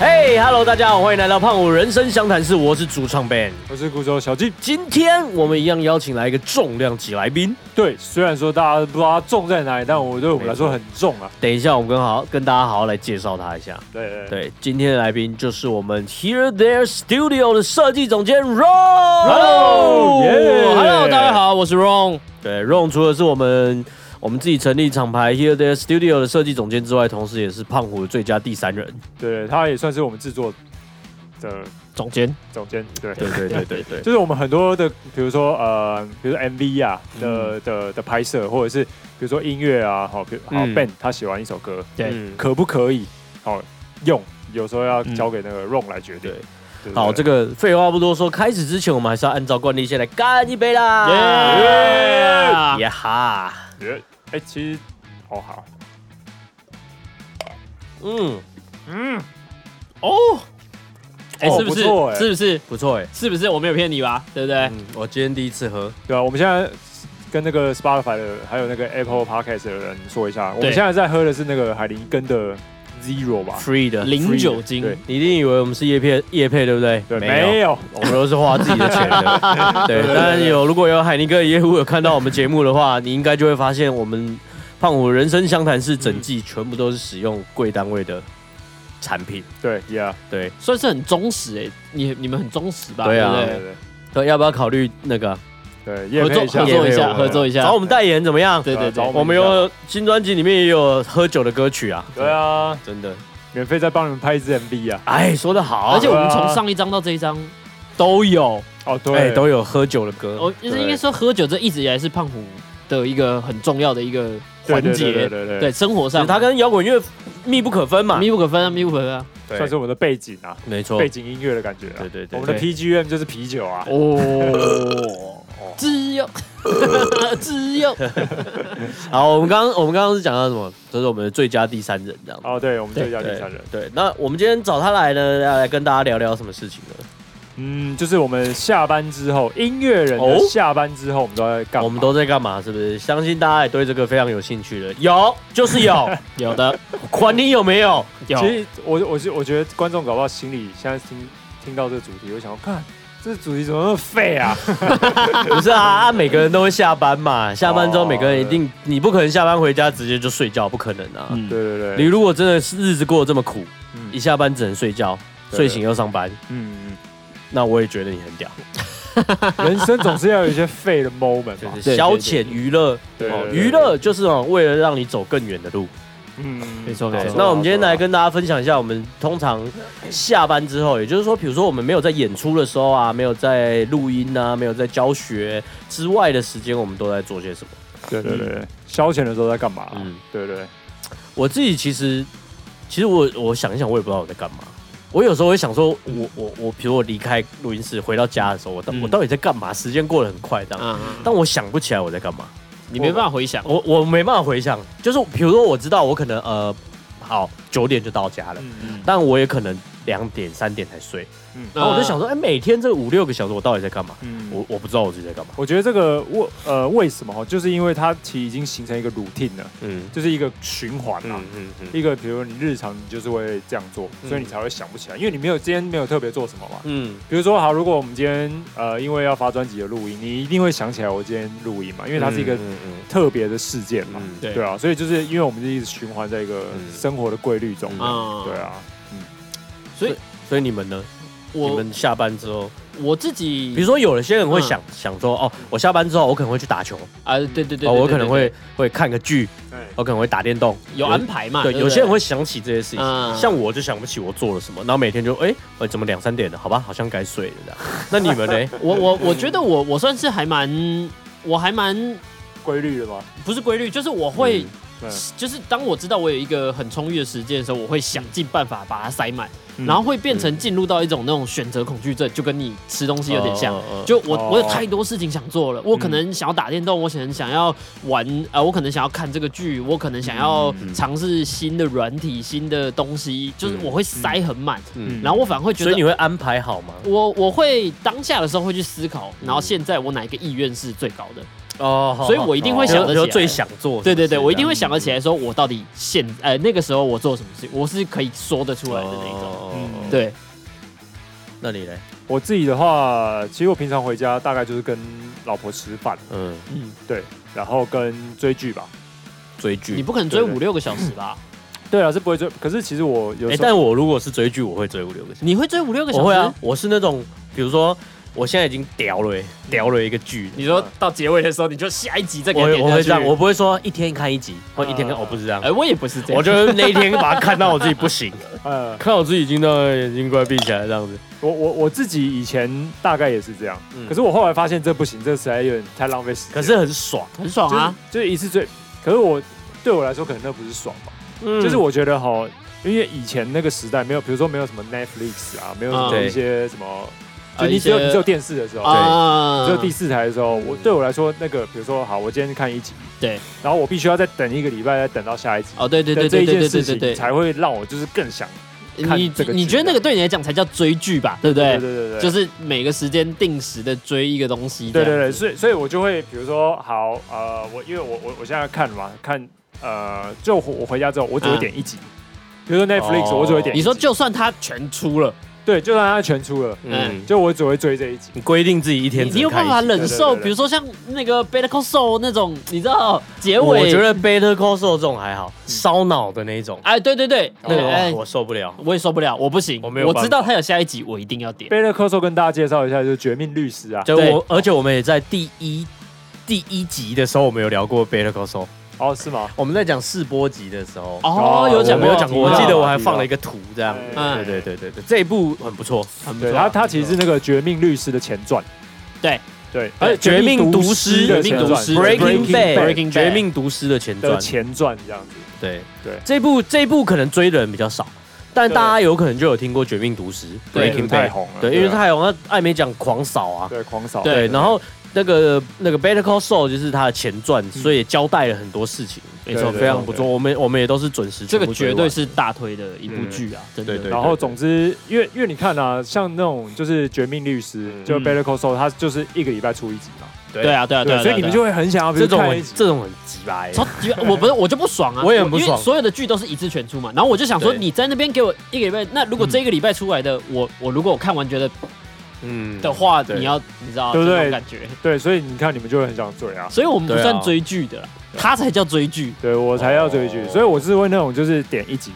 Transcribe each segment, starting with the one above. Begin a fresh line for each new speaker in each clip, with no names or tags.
嘿、h e l l o 大家好，欢迎来到胖虎人生相谈室，我是主唱 Ben。
我是鼓手小静。
今天我们一样邀请来一个重量级来宾，
对，虽然说大家不知道它重在哪里，但我对我们来说很重啊。
等一下我们跟好跟大家好好来介绍他一下。
对对对，
对，今天的来宾就是我们 Here There Studio 的设计总监 Ron。
Hello，耶
Hello，大家好，我是 Ron。对，Ron 除了是我们我们自己成立厂牌 Here There Studio 的设计总监之外，同时也是胖虎的最佳第三人。
对，他也算是我们制作的
总监，
总监。对，
对对对对对，
就是我们很多的，比如说呃，比如说 MV 啊
嗯
的的的拍摄，或者是比如说音乐啊，好，比如好
嗯
Ben 他喜欢一首歌，
对
嗯
可不可以好用？有时候要交给那个 Ron 来决定
对。
对
好，这
个
个废话不多说，开始之前我们还是要按照惯例先来干一杯啊啦！
耶
耶哈，
哎，其实好好，
嗯，
嗯，
哦，哎，
哦
是不是
不错哎
是不是
不错哎，
是不是我没有骗你吧？对不对？
嗯，我今天第一次喝，
对啊，我们现在跟那个 Spotify 的，还有那个 Apple Podcast 的人说一下，我们
对
现在在喝的是那个海林根的 Zero 吧
free 的，
零
Free
酒精
对
你一定以为我们是叶片叶配对不对？
对，没有，哦
我们都是花自己的钱的。对，当然有，如果有海尼哥的业务有看到我们节目的话，你应该就会发现我们胖虎人生相谈室整季全部都是使用贵单位的产品。
对，Yeah，
对，
算是很忠实哎，你你们很忠实吧？
对啊
不
对对
所以要不要考虑那个
对，
合
业配
作
一下
合作一下，
业配我们
合作一下
找我，们代言怎么样？
对对
找
对，
我们有新专辑里面也有喝酒的歌曲啊，
对啊，
真的。
免费再帮你们拍一支 MV 啊，
哎，说的好，
而且我们
对啊
从上一张到这一张，
都有，
哦，
哎，
对，
都有喝酒的歌。
我就是应该说喝酒这一直以来是胖虎的一个很重要的一个
对
环
对对对
节，
对
对
对，
生活
对
上，
它跟摇滚乐密不可分嘛。
密不可分啊，密不可分啊。
算是我们的背景啊，
没错
背。景音乐的感觉啊
对，对对
我，们的 PGM 就是啤酒啊，
哦，只有只有
好，我们刚刚我们刚刚是讲到什么？这是我们的最佳第三人这样。
哦，对，我们就
对
叫第
对
三人，
对，那我们今天找他来呢，要来跟大家聊聊什么事情呢？
嗯，就是我们下班之后，音乐人
哦
的下班之后，我们都在干嘛，
我们都在干嘛？是不是？相信大家也对这个非常有兴趣了。有，就是有，
有的
管你有没有，
有
其实我我是我觉得观众搞不好心里现在听听到这个主题，我想看这主题怎么那么废啊？
不是啊？啊，每个人都会下班嘛，下班之后每个人一定，你不可能下班回家直接就睡觉，不可能啊。
哦 嗯
对对
你
对，
如果真的是日子过得这么苦，一
嗯
下班只能睡觉，
对
睡醒又上班，
嗯，
那我也觉得你很屌，
嗯人生总是要有一些废的 moment 嘛
就，是
对
消遣娱乐，
对
哦
对对
娱乐就是哦，为了让你走更远的路。
嗯，
没错
对
没错，
那我们今天来跟大家分享一下，我们通常下班之后，也就是说，比如说我们没有在演出的时候啊，没有在录音啊，没有在教学之外的时间，我们都在做些什么？
对对对对，消遣的时候在干嘛？
嗯
对对对，
我自己其实，其实我我想一想，我也不知道我在干嘛。我有时候会想说，我我我，比如我离开录音室回到家的时候，我到、
嗯
我到底在干嘛？时间过得很快，这样。
啊，
但我想不起来我在干嘛，
你没办法回想，
我我没办法回想。就是比如说，我知道我可能呃，好九点就到家了，
嗯嗯
但我也可能两点三点才睡。然后我就想说，哎、每天这五六个小时我到底在干嘛？
嗯，我
我我不知道我自己在干嘛。
我觉得这个为呃为什么哈，就是因为它其实已经形成一个 routine 了，
嗯
就是一个循环啊。
嗯嗯
一个，比如你日常你就是会这样做，所以你才会想不起来，因为你没有今天没有特别做什么嘛。
嗯，
比如说，好，如果我们今天呃，因为要发专辑的录音，你一定会想起来我今天录音嘛，因为它是一个
嗯嗯
特别的事件嘛，
嗯
对
对啊，所以就是因为我们就一直循环在一个
嗯
生活的规律中，
啊
对啊，
所以你们呢？你
我
们下班之后，
我自己，
比如说有些人
嗯
会想、想说，哦，我下班之后我可能会去打球，
啊，对对对对，
哦，我可
对
能会会看个剧，我可能会打电动，
有安排嘛，
对，啊
不
有些人会想起这些事情，
嗯
像我就想不起我做了什么，然后每天就哎、哎怎么两三点了？好吧，好像该睡了这样。那你们 呢？
我我我觉得我我算是还蛮，我还蛮
规律的嘛，
不是规律，就是我会
嗯。
对，
就是当我知道我有一个很充裕的时间的时候，我会想尽办法把它塞满，
嗯
然后会变成进入到一种那种选择恐惧症，就跟你吃东西有点像。
哦哦哦嗯
就我
哦
我有太多事情想做了，我可能想要打电动，我可能想要玩，呃，我可能想要看这个剧，我可能想要
嗯嗯
尝试新的软体、新的东西，就是
嗯
我会塞很满，
嗯，
然后我反而会觉
所以
得
你。会安排好吗？
我我会当下的时候会去思考，
嗯
然后现在我哪一个意愿是最高的？
哦，好
所以我一定会
好
想
比
得
如
起
说
来
最想做什么事这
对
样，
对对，我一定会想得起来，说我到底现呃那个时候我做什么事，我是可以说得出来的那种。
哦
嗯，
对，
那你嘞？
我自己的话，其实我平常回家大概就是跟老婆吃饭，
嗯，
嗯，
对，然后跟追剧吧。
追
嗯你
剧。
不可能追
对对
五六个小时吧？
对啊，是不会追，可是其实我有
哎，
时候
但我如果是追剧，我会追五六个小时。
你会追五六个小时？
我会啊，我是那种，比如说我现在已经屌了欸，屌了一个剧了，
你说到结尾的时候，你就下一集再给
我
它
会
点
我
下
会
去
这样，我不会说一天看一集，或一天看，
呃
我不是这样
哎、，我也不是这样，
我就是那一天把它看到我自己不行，
呃，
看到我自己已经到眼睛快闭起来这样子。
我我我自己以前大概也是这样，
嗯
可是我后来发现这不行，这实在有点太浪费时间。
可是很爽，
很爽
就是
啊。
就是一次追，可是我对我来说可能那不是爽吧，
嗯
就是我觉得哈，因为以前那个时代没有，比如说没有什么 Netflix 啊，没有什么
嗯
一些什么，
呃
就你
一
只有
些
你只有电视的时候，
啊嗯
只有第四台的时候，我对我来说那个，比如说好，我今天看一集，
对，
然后我必须要再等一个礼拜，再等到下一集。
哦，对对对
的这
对
一
对
件
对
事
对对
情
对，
才会让我就是更想，看
你
这个
你
剧
觉得那个对你来讲才叫追剧吧？对不对？
对对对，
就是每个时间定时的追一个东西这
对对对，
样子。
所以所以我就会比如说好呃，我因为我我我现在看嘛，看呃，就我我回家之后，我只会
嗯
点一集，比如说 Netflix，、
哦
我只会点一集。
你说就算它全出了，
对，就算它全出了，
嗯，
就我只会追这一集。
你规定自己一
你
天只
你有
看
办
一
法
集
忍
对对
受？
对对
比如说像那个 Better Call Saul 那种，你知道结尾？
我觉得 Better Call Saul 这种还好，烧脑的那一种，
哎，对对对，
那
对
个哇
哎
哦我受不了。
我也受不了，我不行，
我没有办法
知道他有下一集，我一定要点。
贝勒克寿跟大家介绍一下，就是《绝命律师》啊。
就
对
我，而且我们也在第一第一集的时候，我们有聊过 Better Call Saul。
哦，是吗？
我们在讲试播集的时候，
哦
哦，
有
我
讲
没
过，
有讲过，我
有
记得
有
我还
有
放了一个图这样。
嗯
对对对对对，这一部很不错。
很不
哎对，
错
它它其实是那个《绝命律师》的前传。
对
对，哎
而且《哎绝命毒师》
的
绝
前
命毒
传
师
Breaking
Breaking
Bad》
Bad
《绝命毒师》的前
的
传，
前传这样子。
对
对
这部这部可能追的人比较少，但
对
大家有可能就有听过《绝命毒师》
对
Breaking
太
Bad，
红了。
对，因为太红，他艾美奖狂扫啊，
对狂扫。
对，然后那个那个 Better Call Saul 就是他的前传，所以也交代了很多事情，没错，
对对
非常不错。我们我们也都是准时，
这个绝对。是大推的一部剧啊，真的。
嗯对对
然后总之，因为因为你看啊，像那种就是《绝命律师》，
嗯
就是《Better Call Saul》，它就是一个礼拜出一集嘛。
对啊，对啊，对啊，
所以你们就会很想要，比
这
如
种
看
很
一集。
这种很鸡巴，
从我不是我就不爽啊，
我也很不爽
因为所有的剧都是一次全出嘛。然后我就想说，
对
你在那边给我一个礼拜，那如果这一个礼拜出来的，我我如果我看完觉得
嗯
的话，
对
你要你知道
对不对
这种感觉，
对，所以你看，你们就会很想追啊。
所以我们不
对啊
算追剧的啦，它才叫追剧。
对我才要追剧，
哦
所以我是会那种就是点一集，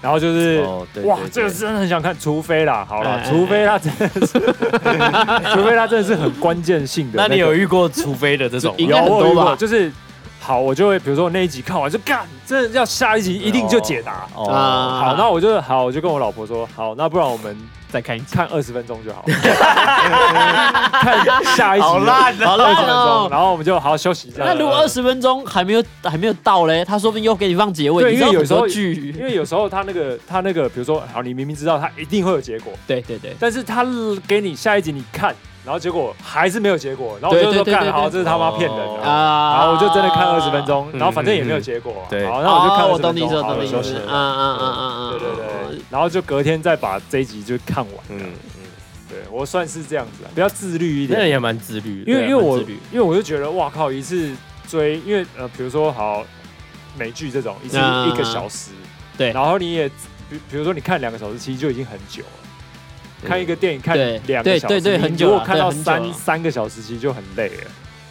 然后就是。
哦，对，
哇，
对
这个
对
真的很想看，除非啦，好
哎
了
哎，哎
除非他真的 是，除非他真的是很关键性的
那
个。
你有遇过除非的这种
应
吗？
有
该很
我有
多
遇过
吧
就是好，我就会比如说我那一集看完就干，真的要下一集一定就解答。
哦，
啊
好，那我就好，我就跟我老婆说，好，那不然我们
再看一次，
看二十分钟就好， 看下一集。
好烂
好
二十
烂
分
哦
钟，。然后我们就好好休息一下。
那如果二十分钟还没有还没有到嘞，他说不定又给你放结尾。
对
你知道
因为有
很
时候
多
因
剧，
为有时候他那个他那个，比如说，好，你明明知道他一定会有结果，
对对对，
但是他给你下一集你看，然后结果还是没有结果，然后我就说
对对对
干
对
好，
对
这是他妈骗人
哦
的。
啊
然后我就真的看二十分。钟，
嗯
然后反正也没有结果。啊
嗯嗯
好，那我就看
哦
20
我懂你意
分
思，
钟
我懂
好
你意
休息
思。
了
嗯嗯嗯嗯嗯，
对对对
嗯。，
然后就隔天再把这一集就看完。
嗯，
对我算是这样子啊，比较自律一
那
点。
也蛮自律的，
因为因为我
啊蛮自律
因为我就觉得哇靠，一次追，因为呃，比如说好美剧这种，一次
嗯
一个小时，
对
然后你也比比如说你看两个小时，其实就已经很久了。
嗯
看一个电影看
对
两个小时，
对对对
你
很久
如果
了
看到
对很久啊
三
了
三个小时，其实就很累了。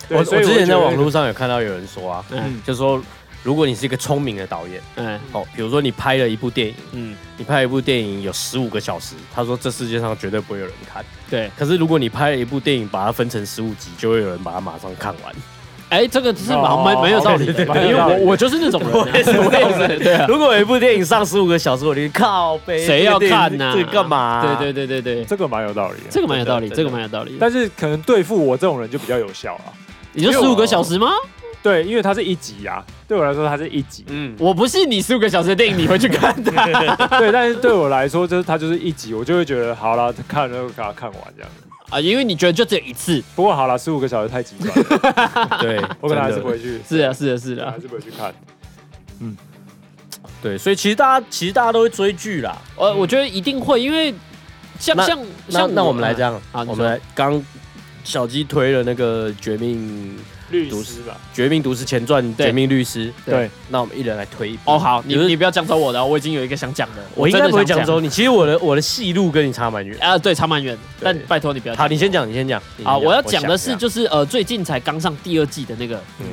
对
我我
所以
之前在
觉得
网络上有看到有人说啊，
嗯
就说如果你是一个聪明的导演，
嗯
哦，比如说你拍了一部电影，
嗯，
你拍一部电影有十五个小时，他说这世界上绝对不会有人看。
对，
可是如果你拍了一部电影，把它分成十五集，就会有人把它马上看完。
哎，这个是蛮蛮蛮有道理的，
哦对对对
因
蛮
为
有道理
我我就是那种人啊，
我也是
我也是，对啊，
如果有一部电影上十五个小时，我就靠背，
谁要看
呢、
呐？
这干嘛、 啊
对对对对对，
这个蛮有道理的，
这个蛮有道理，
真
这
的
个蛮有道理。
但是可能对付我这种人就比较有效啊。
你就
因
十
为
五
我
个小时吗？
对，因为它是一集啊，对我来说它是一集，
嗯，
我不信你十五个小时的电影你会去看 的。
对，但是对我来说，就是它就是一集，我就会觉得好了，看了就给它看完这样。
啊，因为你觉得就只有一次。
不过好了，十五个小时太极端了，
对，
我可能还是
真
不
的
会 去，
是啊，是啊，是
可能
啊
还。是不会去看。
对，所以其实大家其实大家都会追剧啦。
呃，我觉得一定会，因为像
那
像
那
像啊
那我们来这，样，
啊你
我
说
们来刚小鸡推了那个《绝命
律
毒
师吧，
《绝命毒师前传》《
对
绝命律师》，
对，
那我们一人来推一部
哦，好，你
就是
你不要讲走我的，我已经有一个想讲的，
我应该
真的
不会
想
讲走你，其实我的我的戏路跟你差蛮远。
啊，对，差蛮远，但拜托你不要
好，你先讲，你先讲。你先
啊，我要讲的
我
是
想一下
就是呃，最近才刚上第二季的那个
嗯，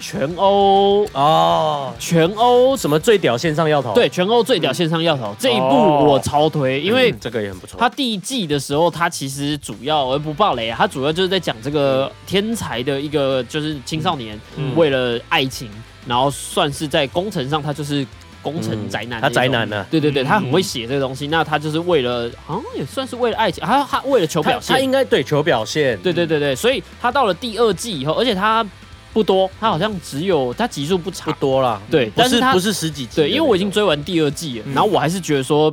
全欧
哦，
全欧
什么最屌线上要头？
对全欧最屌线上要头这一部
哦
我超推，
嗯，
因为
这个也很不错。
他第一季的时候，他其实主要而不爆雷啊，他主要就是在讲这个天才的一个就是青少年、
嗯
为了爱情，然后算是在工程上他就是工程宅男、
嗯他宅男啊
呢。
呢？
对对对，
嗯
他很会写这个东西。那他就是为了，好、像也算是为了爱情，啊他他为了求
他
表
他
现。
应该对求表现。
对对对对，所以他到了第二季以后，而且他不多，他好像只有他集数不
不
长。
多啦。
对
不
但是
是
他
不是十几集的那种。
对，因为我已经追完第二季了，
嗯
然后我还是觉得说，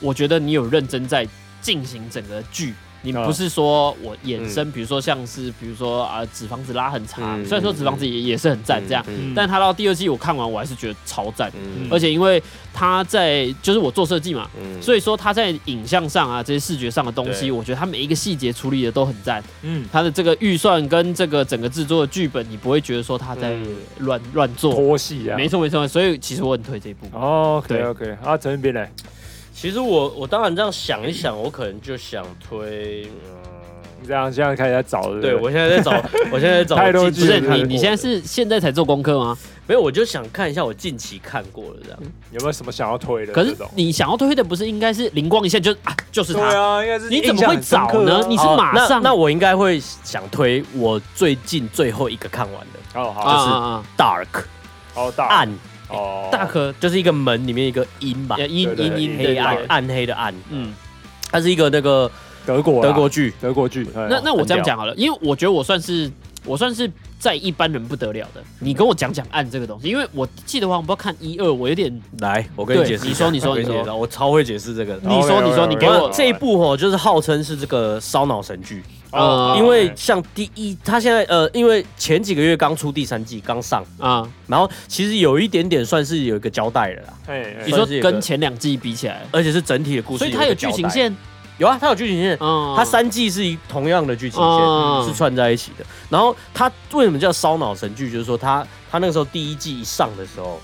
我觉得你有认真在进行整个剧，你
嗯
啊
不是说我衍生，比如说像是比如说啊，脂肪子拉很长，
嗯
虽然说脂肪子也也是很赞这样，
嗯
但他到第二季我看完我还是觉得超赞，
嗯
而且因为他在就是我做设计嘛。
嗯
所以说他在影像上啊，这些视觉上的东西，
对
我觉得他每一个细节处理的都很赞。
嗯，
他的这个预算跟这个整个制作的剧本，你不会觉得说他在
嗯
乱乱做。
拖戏啊，
没错没错，所以其实我很推这一部。
哦，OK
对
OK，啊，陈斌嘞，
其实我我当然这样想一想，我可能就想推。
你这样现在开始在找
嗯
了，
对，我现在在找，我现在在找
太多
我
不
近
剧
期
是
了
看
你，
过
你现在
的
是现在才做功课吗？
没有？我就想看一下我近期看过的这样。
有没有什么想要推的？
可是你想要推的不是应该是灵光一现就啊，就是
对
他。
啊，应该是
你怎么会找呢
印象很深刻啊
你是马上
哦那那我应该会想推我最近最后一个看完的
哦
啊
好
是
啊啊！
Dark
哦大
暗，
哦
大可
就是一个门里面一个阴吧
呃，阴
对
阴阴
对
黑
的
暗
对
暗黑的暗，
嗯，
它是一个那个
德国啦
德国剧，
德国剧，
那
那
那我这样讲好了，因为我觉得我算是我算是在一般人不得了的。你跟我讲讲暗这个东西，因为我记得我好像不知道看一二，我有点
来，我跟你
对
解释一
你
下，
说你说
我跟
你说
解释我超会解释这个的。
哎
你说你说你给我
那这一部哦，就是号称是这个烧脑神剧，
哦
呃
因为像第一，它现在呃，因为前几个月刚出第三季，刚上，
啊。
然后其实有一点点算是有一个交代了啦，
哎你
你说
算是一个
跟前两季比起来，
而且是整体的故事，
所以它有剧情，线，
有啊，它有剧情线，
嗯，
它三季是一同样的剧情线，
嗯
是串在一起的。然后它为什么叫烧脑神剧？就是说它它那个时候第一季一上的时候，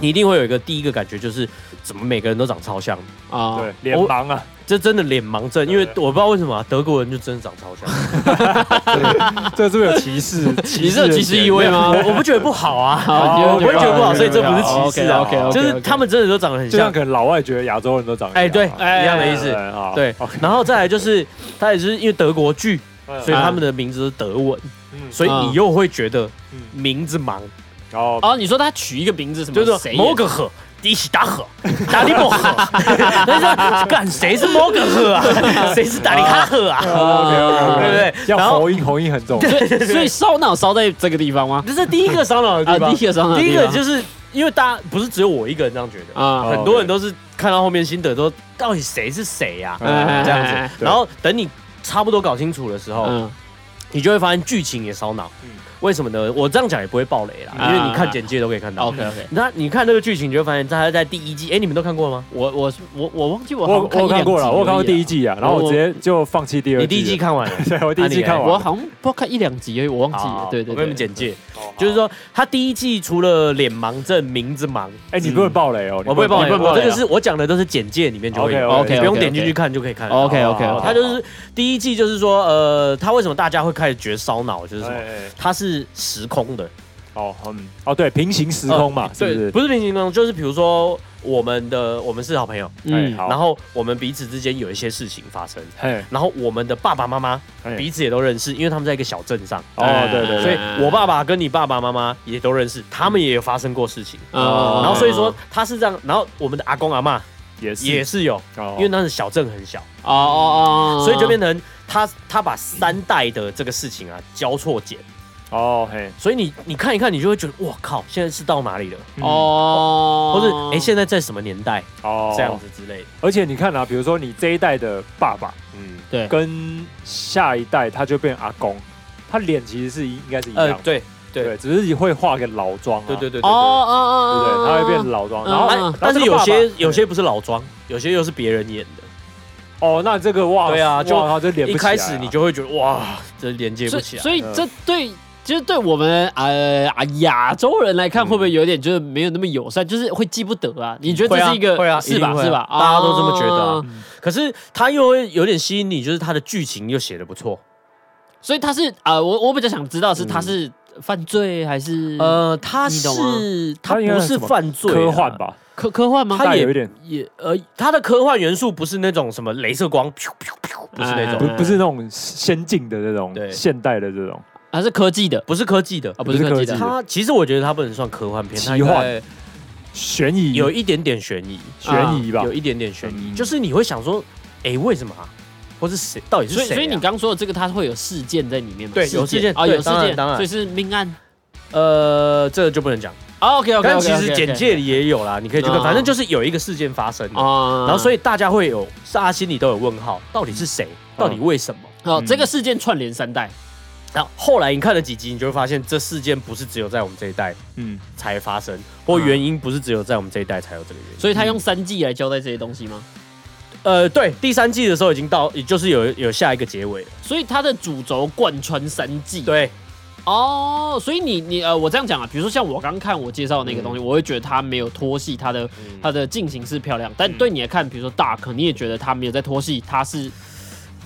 你一定会有一个第一个感觉，就是怎么每个人都长超像，
啊
对脸盲啊，
这真的脸盲症，因为
对
我不知道为什么啊、德国人就真的长超 像，
啊这是不是有歧视？
你是有歧视意味吗？
我我不觉得不好啊。
好，
哦
我不会觉得不好，
对
所以这不是
对
歧视啊
OK，OK，OK，
就是他们真的都长得很
就像
像。
可能老外觉得亚洲人都长一样
哎对
哎
一样的意思
啊
对，然后再来就是，他也是因为德国剧，
嗯
所以他们的名字是德文，
嗯
所以你又会觉得
嗯
名字盲，
哦
哦，你说他取一个名字什么？
就是说
谁
摩格河。迪西达河，达利莫河，但是干谁是摩格河啊？谁是达利卡河啊？
啊
对不对然
要
后
喉嗯音，喉音很 重。
所以烧脑烧在这个地方吗？
这是第一个烧脑的地
啊，第
方
一。个烧脑的
第一
地
个
方，
就是因为大家不是只有我一个人这样觉得，
啊，
哦
很多人都是看到后面心得都到底谁是谁呀、
嗯
这样子
子，
对
然后等你差不多搞清楚的时候，
嗯，
你就会发现剧情也烧脑。
嗯
为什么呢？我这样讲也不会爆雷啦，因
啊
为你看简介都可以看到。
OK OK，
那你看这个剧情，你就会发现它在第一季，哎，你们都看过吗？
我我我我忘记
我
我好像
我看过了，我看过第一
季
季啊，然后我直接就放弃第二季了。
你第一季看完了？
对，我第一季看
而
完
已啊，
了。
我好像不知道看一两集而已，我忘记了。对对，
我跟你们
对
简介，
哦
就是，说他第一季除了脸盲症、名字盲，
哎，你
嗯
不会爆雷哦，
我不会爆雷，
你不会
我
爆雷
这
啊
个是我讲的都是简介里面就会有，
OK，OK，OK，
你不用点进去看就可以看得到。
OK OK，
哦
他就是第一季，就是说，呃，他为什么大家会开始觉得烧脑，就是什么？
哎哎
它是时空的
哦，嗯，哦，对，平行时空嘛，
呃
是不
对，
是？
不是平行空，就是比如说我们的我们是好朋友，
哎，
嗯，
好，
然后我们彼此之间有一些事情发生，
嘿，
然后我们的爸爸妈妈
哎
彼此也都认识，因为他们在一个小镇上，
哦，对对
哎
所
对
以，我爸爸跟你爸爸妈妈也都认识，他们也有发生过事情。
嗯
然后所以说他是这样，然后我们的阿公阿妈
也是
也，是有，
哦
因为那是小镇很小，
哦哦哦，
所以就变成他他把三代的这个事情啊交错剪，
哦嘿，
所以你你看一看，你就会觉得哇靠，现在是到哪里了，
嗯
哦，
或是哎、现在在什么年代
哦
这样子之类的，
而且你看啊，比如说你这一代的爸爸
嗯，
对
跟下一代他就变阿公，他脸其实是一应该是一
呃
样，
对对
对，只是你会画个老妆啊，
对对对对对。
哦哦
对不
哦，
对？他会变老妆，
嗯
然后然后
嗯
但啊但是
这个
有
爸爸
些有些不是老妆，有些又是别人演的。
哦，那这个哇，
对啊就
他这脸
一
不起
开
来啊
始你就会觉得哇，这连接不
所以
起来。
所以这对就是对我们呃啊亚洲人来
嗯
看，会不会有点就是没有那么友善，就是会记不得啊？你觉得这是一个
会啊，
是
一
吧？
定会啊
是吧？
大家都这么觉得
啊
啊。可是他又会有点吸引你，就是他的剧情又写的不错。
所以他是啊、呃我我比较想知道是
嗯
他是犯罪还是呃
呃，他
你懂吗
是他
他应该
不
是
是
什么
犯罪啊
科幻，吧，
科科幻吗？
他
带
也
有一点
也呃，他的科幻元素不是那种什么镭射光，噗噗噗不是那
哎
种
不，不是那种先进的这种
嗯对
现代的这种，
还是科技的
不是科技的。
啊？不是科技的，
不是科技
他其实我觉得他不能算科幻片，他
奇幻
应
悬
该
疑
有一点点悬疑，
悬疑吧
有，一点点悬疑，
嗯
就是你会想说，哎，为什么啊？或是谁？到底是
所
谁
以
啊？
所以你刚说的这个，它会有事件在里面吗？
对有事件
啊，
对
有事
当然
件，
当然
所以是命案。哦
呃，这个就不能讲。
OK OK，
哦但其实简介里也有啦，你可以去看，
啊
反正就是有一个事件发生，
啊，
然后所
以
以大家会有，大家心里都有问号，到底是谁？到底为什么？
哦，
嗯
这个事件串联三代，
然后后来你看了几集，你就会发现这事件不是只有在我们这一代
嗯，
才发生，或原因不是只有在我们这一代才有这个原因。
所以他用三季来交代这些东西吗？
啊呃，对，第三季的时候已经到，也就是有有下一个结尾了。
所以它的主轴贯穿三季。
对，
哦，所以你你呃，我这样讲啊，比如说像我刚看我介绍的那个
嗯
东西，我会觉得它没有拖戏，它的它的进行是漂亮，
嗯
但对你来看，比如说大可，你也觉得它没有在拖戏，它是，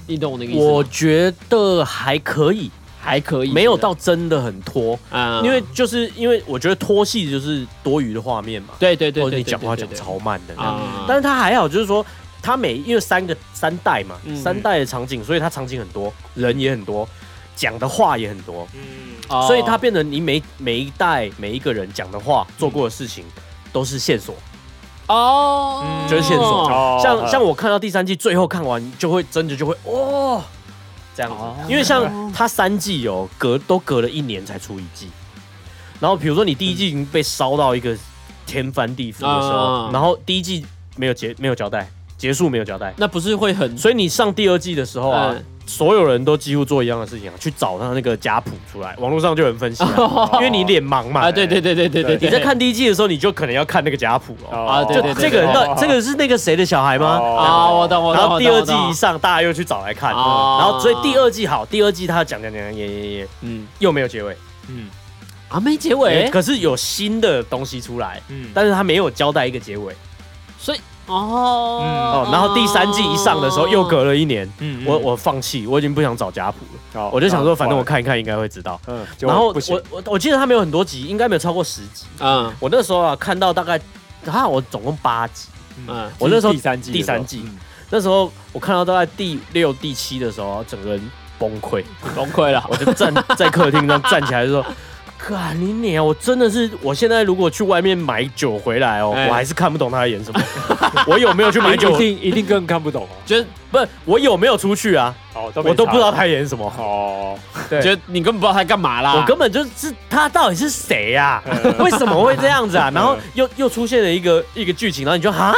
你懂我那个意思吗？
我觉得还可以，
还可以，
没有到真的嗯很拖，
啊
因为就是因为我觉得拖戏就是多余的画面嘛，
对对对
或者你
对对，
讲话讲
对
超慢的那样。
啊，
但是他还好，就是说他每因为三个三代嘛，
嗯
三代的场景，所以他场景很多，人也很多，讲的话也很多，
哦
所以他变成你每每一代每一个人讲的话、做过的事情都是线索。
哦，嗯
就是线索
哦
像像我看到第三季最后看完，就会真的就会哦。这样
哦
子，因为像他三季有隔都隔了一年才出一季，然后比如说你第一季已经被烧到一个天翻地覆的时
啊
候，然后第一季没有结没有交代，结束没有交代，
那不是会很
所以你上第二季的时候啊，
嗯
所有人都几乎做一样的事情啊，去找他那个家谱出来，网络上就有人分析、
哦
啊，因为你脸盲嘛。
哦啊？对对对对对对，
你在看第一季的时候，你就可能要看那个家谱哦。
啊对
就
对对
这个人
对
哦
到这个是那个谁的小孩吗？
啊，我懂我懂。
然后
我懂
第二
我
季
懂
一上，大家又去找来看。
哦
然后所以第二季好，第二季他讲讲讲也也也
嗯
又没有结尾，
嗯
啊没结
也
尾，
可是有新的东西出来，
嗯
但是他没有交代一个结尾
所以哦
哦。然后第三季一上的时候又隔了一年，
嗯哦
我我放弃，我已经不想找家谱了。
好
我就想说，
那
反正我
完了
看一看应该会知道。
嗯，结
然
果
后
不行
我我我记得他没有很多集，应该没有超过十集。
嗯
我那时候啊看到大概，啊我总共八集，
嗯
我那时候
第三季的
第
时候嗯
三季那时候我看到大概第六第七的时候啊，整个人崩溃，
崩溃了
我就站在客厅上站起来就说。干你娘！我真的是，我现在如果去外面买酒回来哦，
哎
我还是看不懂他在演什么。我有没有去买酒
一？定一定更看不懂啊，
就是
不是，我有没有出去啊？
哦，
我都不知道
他
他演什么。
哦，
对
觉得你根本不知道他干嘛啦。
哎我根本就是他到底是谁呀、
嗯
为什么会这样子啊？然后又又出现了一个一个剧情，然后你就哈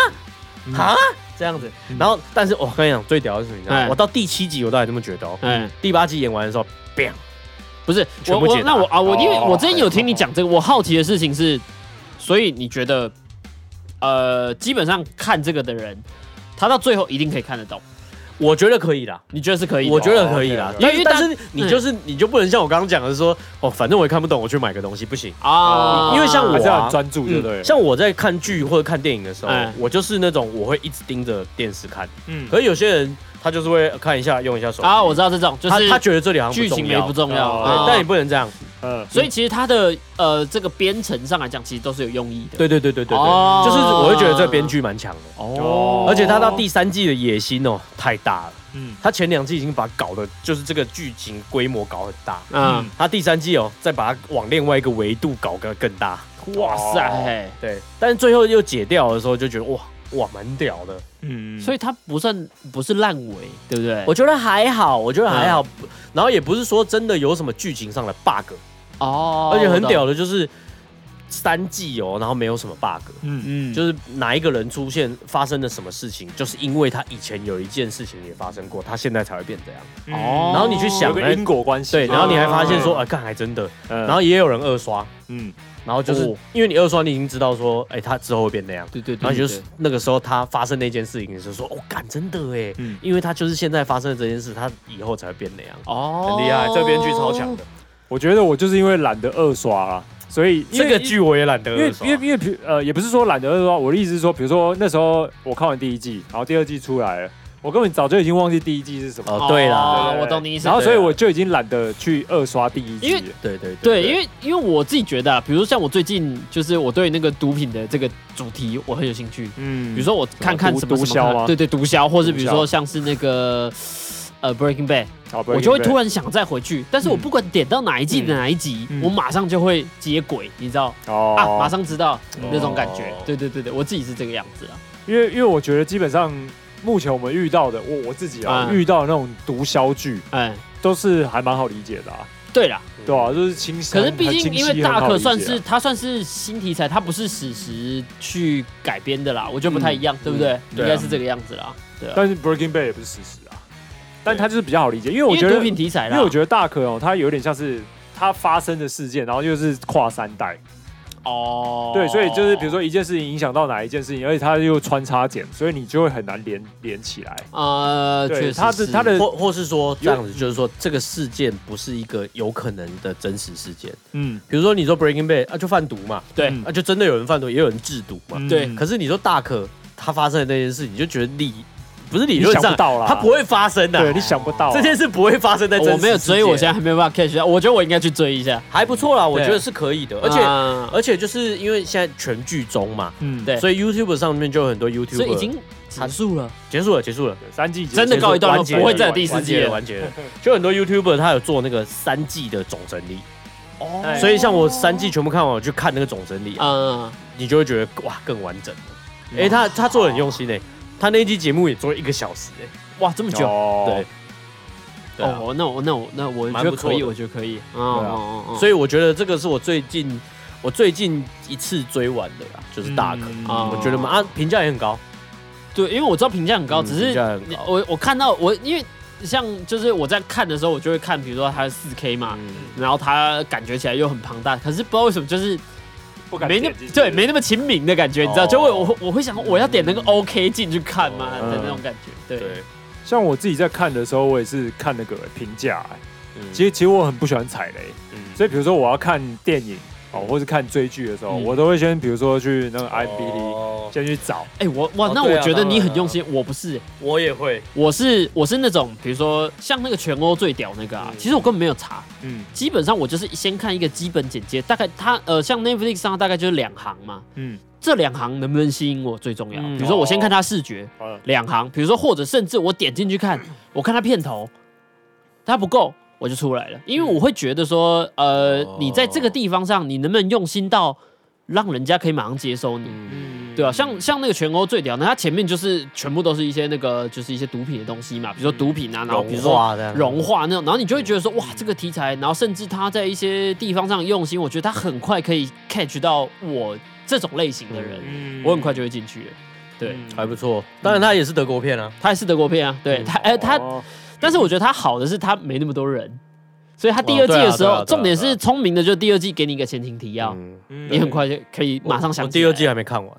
嗯
哈这样子，
嗯
然后但是哦我跟你讲最屌的是什么？你知道吗
哎
我到第七集我都还这么觉得哦，
嗯，
第八集演完的时候，bang，
不是
全
我
部
我
解答
那我啊我因为
哦
我之前有听你讲这个，我好奇的事情是，所以你觉得呃，基本上看这个的人，他到最后一定可以看得懂，
我觉得可以啦，
你觉得是可以的？
我觉得可以啦
哦，
因
，OK，OK
因为
为但
但
是嗯你就是你就不能像我刚刚讲的说，哦，反正我也看不懂，我去买个东西不行。
啊，
因为像我
还是
啊
要很专注，对不对？
嗯像我在看剧或者看电影的时候
哎，
我就是那种我会一直盯着电视看，
嗯
嗯可是有些人他就是会呃看一下用一下手机
啊，我知道这种就
他
是
他觉得这里好像
剧
不
情
重
没
要
不重要，
哦
对
啊，
但你不能这样。
嗯，
所以其实它的呃这个编程上来讲，其实都是有用意的。
对对对对对
哦
对，就是我会觉得这编剧蛮强的，
哦
而且他到第三季的野心哦太大了，
嗯
他前两季已经把搞的就是这个剧情规模搞很大，
嗯，
他第三季哦再把它往另外一个维度搞个更大，
哇塞，
对，但是最后又解掉的时候就觉得哇。哇，蛮屌的，
嗯
所以它不算不是烂尾，对不对？
我觉得还好，我觉得还好，嗯然后也不是说真的有什么剧情上的 bug，、
哦
而且很屌
我懂
的就是三季哦，然后没有什么 bug，
嗯
嗯，就
就是哪一个人出现发生了什么事情，就是因为他以前有一件事情也发生过，他现在才会变这样。
嗯
嗯
哦
然后你去想
有个因果关系，
对，然后你还发现说，
哦
啊，干还真的。
嗯
然后也有人二刷，
嗯
然后就是
哦
因为你二刷，你已经知道说，哎，他之后会变那样。
对对
然后
嗯对，
你就
就是是
那个时候他发生那件事情，你就说，哦，干真的哎，
嗯
因为他就是现在发生的这件事，他以后才会变那样。
哦
很厉害，这编剧超强的。
我觉得我就是因为懒得二刷啦，所以因
这
为
个剧我也懒得
因为
二刷
啊
因为因为比呃，也不是说懒得二刷，我的意思是说，比如说那时候我看完第一季，然后第二季出来了，我根本早就已经忘记第一季是什么。
哦，对啦，
啊
对对对
我懂你意思
然后所以
对啊
我就已经懒得去二刷第一季
因为
了。
对对
对，因为因为我自己觉得啊，比如说像我最近就是我对那个毒品的这个主题我很有兴趣，
嗯，
比如说我看看
毒
什么
毒
什么
枭
看
吗
对对，毒枭，或是比如
毒
说
枭
像是那个呃 Breaking Bad，
好，不
我
然
就会
也
突然想再回去，但是我不管点到哪一季的哪一集，
嗯嗯
我马上就会接轨，你知道
哦
啊，马上知道
哦
那种感觉。对对对对，我自己是这个样子啊。
因为因为我觉得基本上目前我们遇到的，我我自己啊、
嗯
遇到的那种毒枭剧
哎，
都是还蛮好理解的啊，
对啦，
对吧、啊？就是清晰，
可是毕
很
竟
清晰
因为大
很好
可
理解啊
算是它算是新题材，它不是史实去改编的啦，我觉得不太一
嗯
样，对不对？应
对啊
该是这个样子啦。对啊，
但是 Breaking Bad 也不是事实啊，但它就是比较好理解，因为我
因
觉
为
得
毒品啊题材
因
啦，
为我觉得大可哦，它有点像是它发生的事件，然后又是跨三代，
得哦，
对，所以就是比如说一件事情影响到哪一件事情，而且它又穿插剪，所以你就会很难连连起来。
呃，
对
确实
它的
是
它的
或或是说这样子，就是说这个事件不是一个有可能的真实事件。
嗯，
比如说你说 Breaking Bad 啊，就贩毒嘛，
对
嗯
啊，就真的有人贩毒，也有人制毒嘛。
嗯
对
可是你说大可他发生的那件事，你就觉得理不是理
你
论
想
上
不，到啦，
他不会发生的、
对你想不到啊
这件事不会发生在真实
我没有追，我
世界
现在还没有办法 catch 到，我觉得我应该去追一下，
还不错啦，我
对
觉得是可以的，而且、
啊
而且就是因为现在全剧终嘛，
嗯
对
所以 YouTube 上面就有很多 YouTube，
所以已经结束了。
结束了，结束了。
对三季结束
真的告一段落
完结了
不会再有第四
完
季
结
了
了，完结了。就很多 YouTuber 他有做那个三季的总整理，
哦
所以像我三季全部看完，我去看那个总整理，
嗯，
你就会觉得哇更完整了。哎，他他做的很用心哎，他那一季节目也做一个小时哎，
哇，这么久，
哦
对，对啊，
哦，那我那我那我
蛮
觉得
不错
可以，
的
我觉得可以，
啊
嗯嗯嗯，
哦所
以
以我觉得这个是我最近我最近一次追完的啦，就是大可，
嗯
啊
我觉得嘛啊评价也很高，
对，因为我知道评价很高，
嗯
只
评
是
价很高，
我我看到我因为像就是我在看的时候，我就会看，比如说它四 K 嘛，
嗯
然后它感觉起来又很庞大，可是不知道为什么就是
不敢
没那
点进去
对没那么亲民的感觉，你知道，
哦
就会我会我会想我要点那个 OK 进去看嘛
嗯
的那种感觉，对，
对，
像我自己在看的时候，我也是看那个评价、欸
嗯
其实其实我很不喜欢踩雷，
嗯
所以比如说我要看电影哦，或是看追剧的时候，
嗯
我都会先比如说去那个 IMDb、
哦
先去找，
哎我哇
哦，
那
对
我
啊
觉得
当
你
然
很用
啊
心，我不是，
我也会，
我是我是那种比如说像那个全欧最屌那个啊，
嗯
其实我根本没有查。
嗯
基本上我就是先看一个基本简介，大概它呃像 Netflix 上大概就是两行嘛，
嗯，
这两行能不能吸引我最重要。
嗯
比如说我先看它视觉
好了，
两行，比如说或者甚至我点进去看， 我看它片头，它不够我就出来了，因为我会觉得说呃
哦
你在这个地方上你能不能用心到让人家可以马上接收你。
嗯，
对啊，像像那个全欧最屌，那它前面就是全部都是一些那个就是一些毒品的东西嘛，比如说毒品啊，然后比如
融
说
化的
融化那种，然后你就会觉得说，哇，这个题材，然后甚至他在一些地方上用心，我觉得他很快可以 catch 到我这种类型的人，
嗯
我很快就会进去了。对，
还不错，当然它也是德国片啊，
他也是德国片啊，对
嗯
他，哎他，
哦
但是我觉得他好的是他没那么多人，所以他第二季
哦对啊
的时
对啊
候
对，啊
重点
对
是
啊
聪明的，就第二季给你一个前情提要，
嗯
嗯
你很快就可以
我
马上想
我
起来。
第二
啊
季还没看完，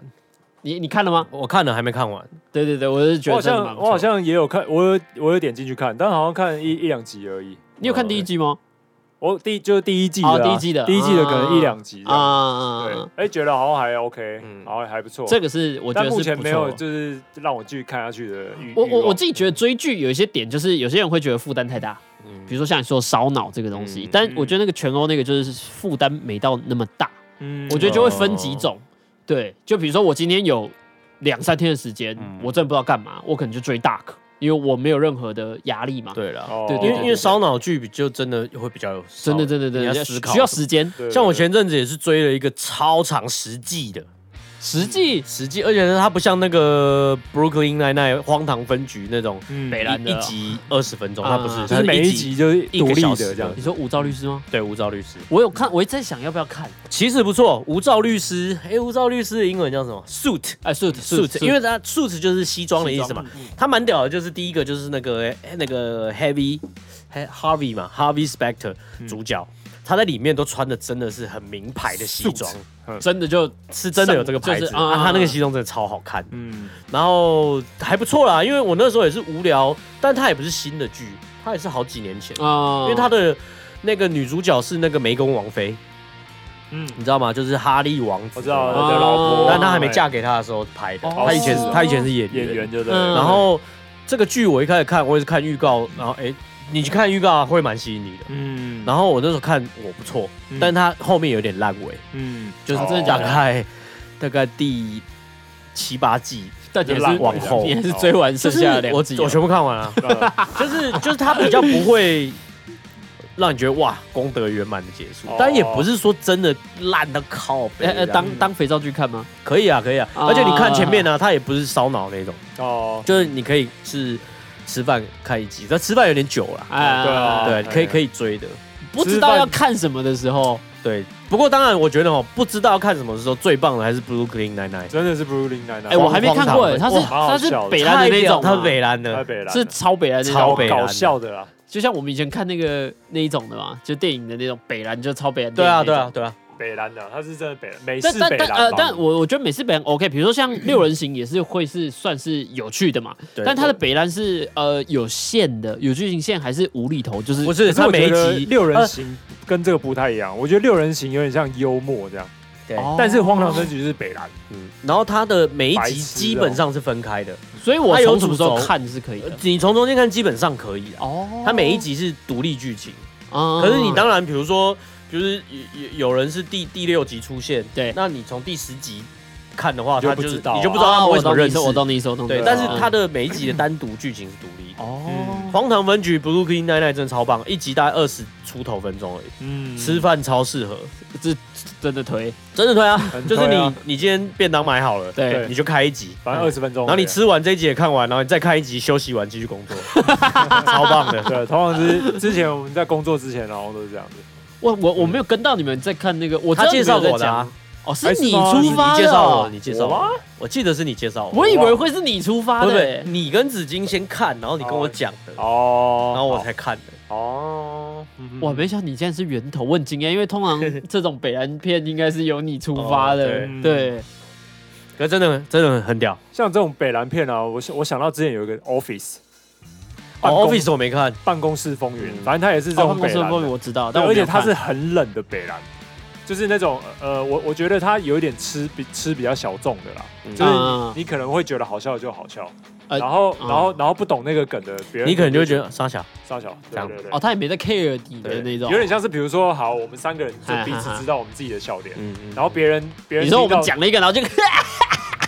你你看了吗？
我看了还没看完，
对对对，我是觉
我
得
好
真的蛮
像
不
我
错
好像也有看，我有我有点进去看，但好像看一一两集而已。
你有看第一季吗？
我第就是第一季的啊、
哦第一季的
第一季的可能一两集
啊
啊，
啊
对
啊，啊，
哎、觉得好像还 OK，
嗯
好像还不错。
这个是我觉
但
得
目
是
前
不
没有
错。
就是让我继续看下去的欲
我我我
己
自己觉得追剧有一些点，就是有些人会觉得负担太大，
嗯
比如说像你说烧脑这个东西，
嗯
但我觉得那个全欧那个就是负担没到那么大，
嗯
我觉得就会分几
哦
种，对，就比如说我今天有两三天的时间，
嗯
我真的不知道干嘛，我可能就追大可，因为我没有任何的压力嘛，
对了，
哦
对
因
对
为因为烧脑剧比就真的会比较有烧
真的真的
你
真
要
的
思考
需要时间，
对
像我前阵子也是追了一个超长十季的
实际
十季，而且它不像那个 Brooklyn Nine Nine 荒唐分局那种
嗯
北兰
一
的
一集二十分钟，它
啊
不是，
就
它
是每一
集
集就是
一个
独立
小
的
时
这样
的
你说无照律师吗？
对吴兆律师，
我有看，我一直在想要不要看，
其实不错。吴兆律师，哎，吴兆律师的英文叫什么？Suit。
哎，suit 嗯
suit，因为它 suit 就是西装的意思嘛
西。
它蛮屌的，就是第一个就是那个诶那个 heavy He- Harvey 嘛，Harvey Specter
嗯
主角，他在里面都穿的真的是很名牌的西装，
真的就
是真的有这个牌
就
子
是啊
啊。他那个西装真的超好看，
嗯，
然后还不错啦，因为我那时候也是无聊，但它也不是新的剧，它也是好几年前，
啊，
因为它的那个女主角是那个湄公王妃，
嗯，
你知道吗？就是哈利王子，
我知道
哦
的老婆，
但她还没嫁给他的时候拍的，
哦
她以前是
是哦
她以前是演
演员，就对
嗯
了。
然后这个剧我一开始看，我也是看预告，然后哎、你去看预告、啊、会蛮吸引你的。
嗯
然后我那时候看我不错，
嗯
但它后面有点烂尾，
嗯，
就是
真的假
大
的
概大概第七八季，
但你也
就是烂
往后
你也是追完剩下的
我
两季啊，
我全部看完了，
呃
就是就是它比较不会让你觉得哇功德圆满的结束
哦，
但也不是说真的烂的靠背
哎
啊，
哎，当当肥皂剧看吗？
可以啊可以啊，
啊
而且你看前面呢，它也不是烧脑那种，
哦，
就是你可以是吃饭看一集，但吃饭有点久了，
哎，
对啊
哦对，可以
哎
可以追的，
不知道要看什么的时候，
对。不过当然，我觉得哦，不知道看什么的时候最棒的还是 Blue Green Nine Nine。
真的是 Blue Ling 奶奶。
哎，我还没看过，哎
荒
它
唐
是
的
哇
它是
蛮好笑的
北兰的那种吗，
他北兰
太
的，
北了，
是超北兰那
超
种，
北蓝
搞
的
笑的啦，
就像我们以前看那个那一种的嘛，就电影的那种北兰，就超北兰。
对啊对啊。对啊，
北蓝的，他是真的北蓝，美
但
式
但
北
但
蓝吧。
呃，但我我觉得美式北兰 OK，比如说像六人行也是会是算是有趣的嘛，
对
但它的
对
北兰是呃有线的，有剧情线还是无厘头，就是
不是
可是
他
我
每
觉
一
得
集
六人
呃
行跟这个不太一样，我觉得六人行有点像幽默这样，
对
哦
但是荒唐分局是北蓝，
嗯，然后它的每一
白
集
痴
基
哦
本上是分开的，
所以我
它有
从什么时候
主轴
看是可以的
呃。你从中间看基本上可以啊。
哦
它每一，集是独立剧情，
嗯
啊
可是你当然比如说，就是有有有人是第第六集出现，
对
那你从第十集看的话，
你就
它
不
就是
知道啊
你就不知道他
哦
们为
我
什么
懂你
认识
说，，我懂你说，我懂你
对，
说
但是
嗯
它的每一集的单独剧情是独立的。
哦，
荒唐分局 Blue King Nine Nine 真的超棒，一集大概二十出头分钟而已，
嗯
吃饭超适合，
这真的推，
真的推啊！
很
就是你、
推啊
你今天便当买好了，
对
你就开一集，嗯
反正二十分钟，
哎
啊
然后你，吃完这一集也看完，然后你再看一集，休息完继续工作，超棒的。
对，通常是之前我们在工作之前，然后都是这样子，
我我我没有跟到你们在看那个，我知道
他介绍
你们有
我
在
的
讲
啊，
哦，
嗯
是
还是
你
吗
出
你
发的哦，
介绍我，你介绍
我吗啊
我，我记得是你介绍我，
我以为会是你出发
不
的、
是不
欸
是，，你跟紫金先看，然后你跟我讲的，
哦，
然后我才看的。
哦，嗯
哇，没想到你竟然是源头，问惊讶，因为 通常这种北南片应该是由你出发的，
哦
对嗯
对，
可是真的真的很屌。
像这种北蓝片啊，我想我想到之前有一个 Office，
哦
办公
Office 我没看，
办公室风云
嗯，
反正它也是这种
哦办公
北
室
蓝
风
的
云，我知道，
对，
但我
而
没
且
有
它
看
是很冷的北蓝，就是那种呃，我我觉得它有一点吃比吃比较小众的啦，就
嗯
是你可能会觉得好笑就好笑，
呃
然后
嗯
然后然后不懂那个梗的别人，
你可能就会觉得傻小，
傻小，
这样
对对对
哦，，他也没在 care 你的
对
那种，
有点像是比如说，好，我们三个人就
嗨
彼此
嗨嗨
知道我们自己的笑点，
嗯嗯
然后别人别人
你说我
听
们
到，
讲了一个，然后就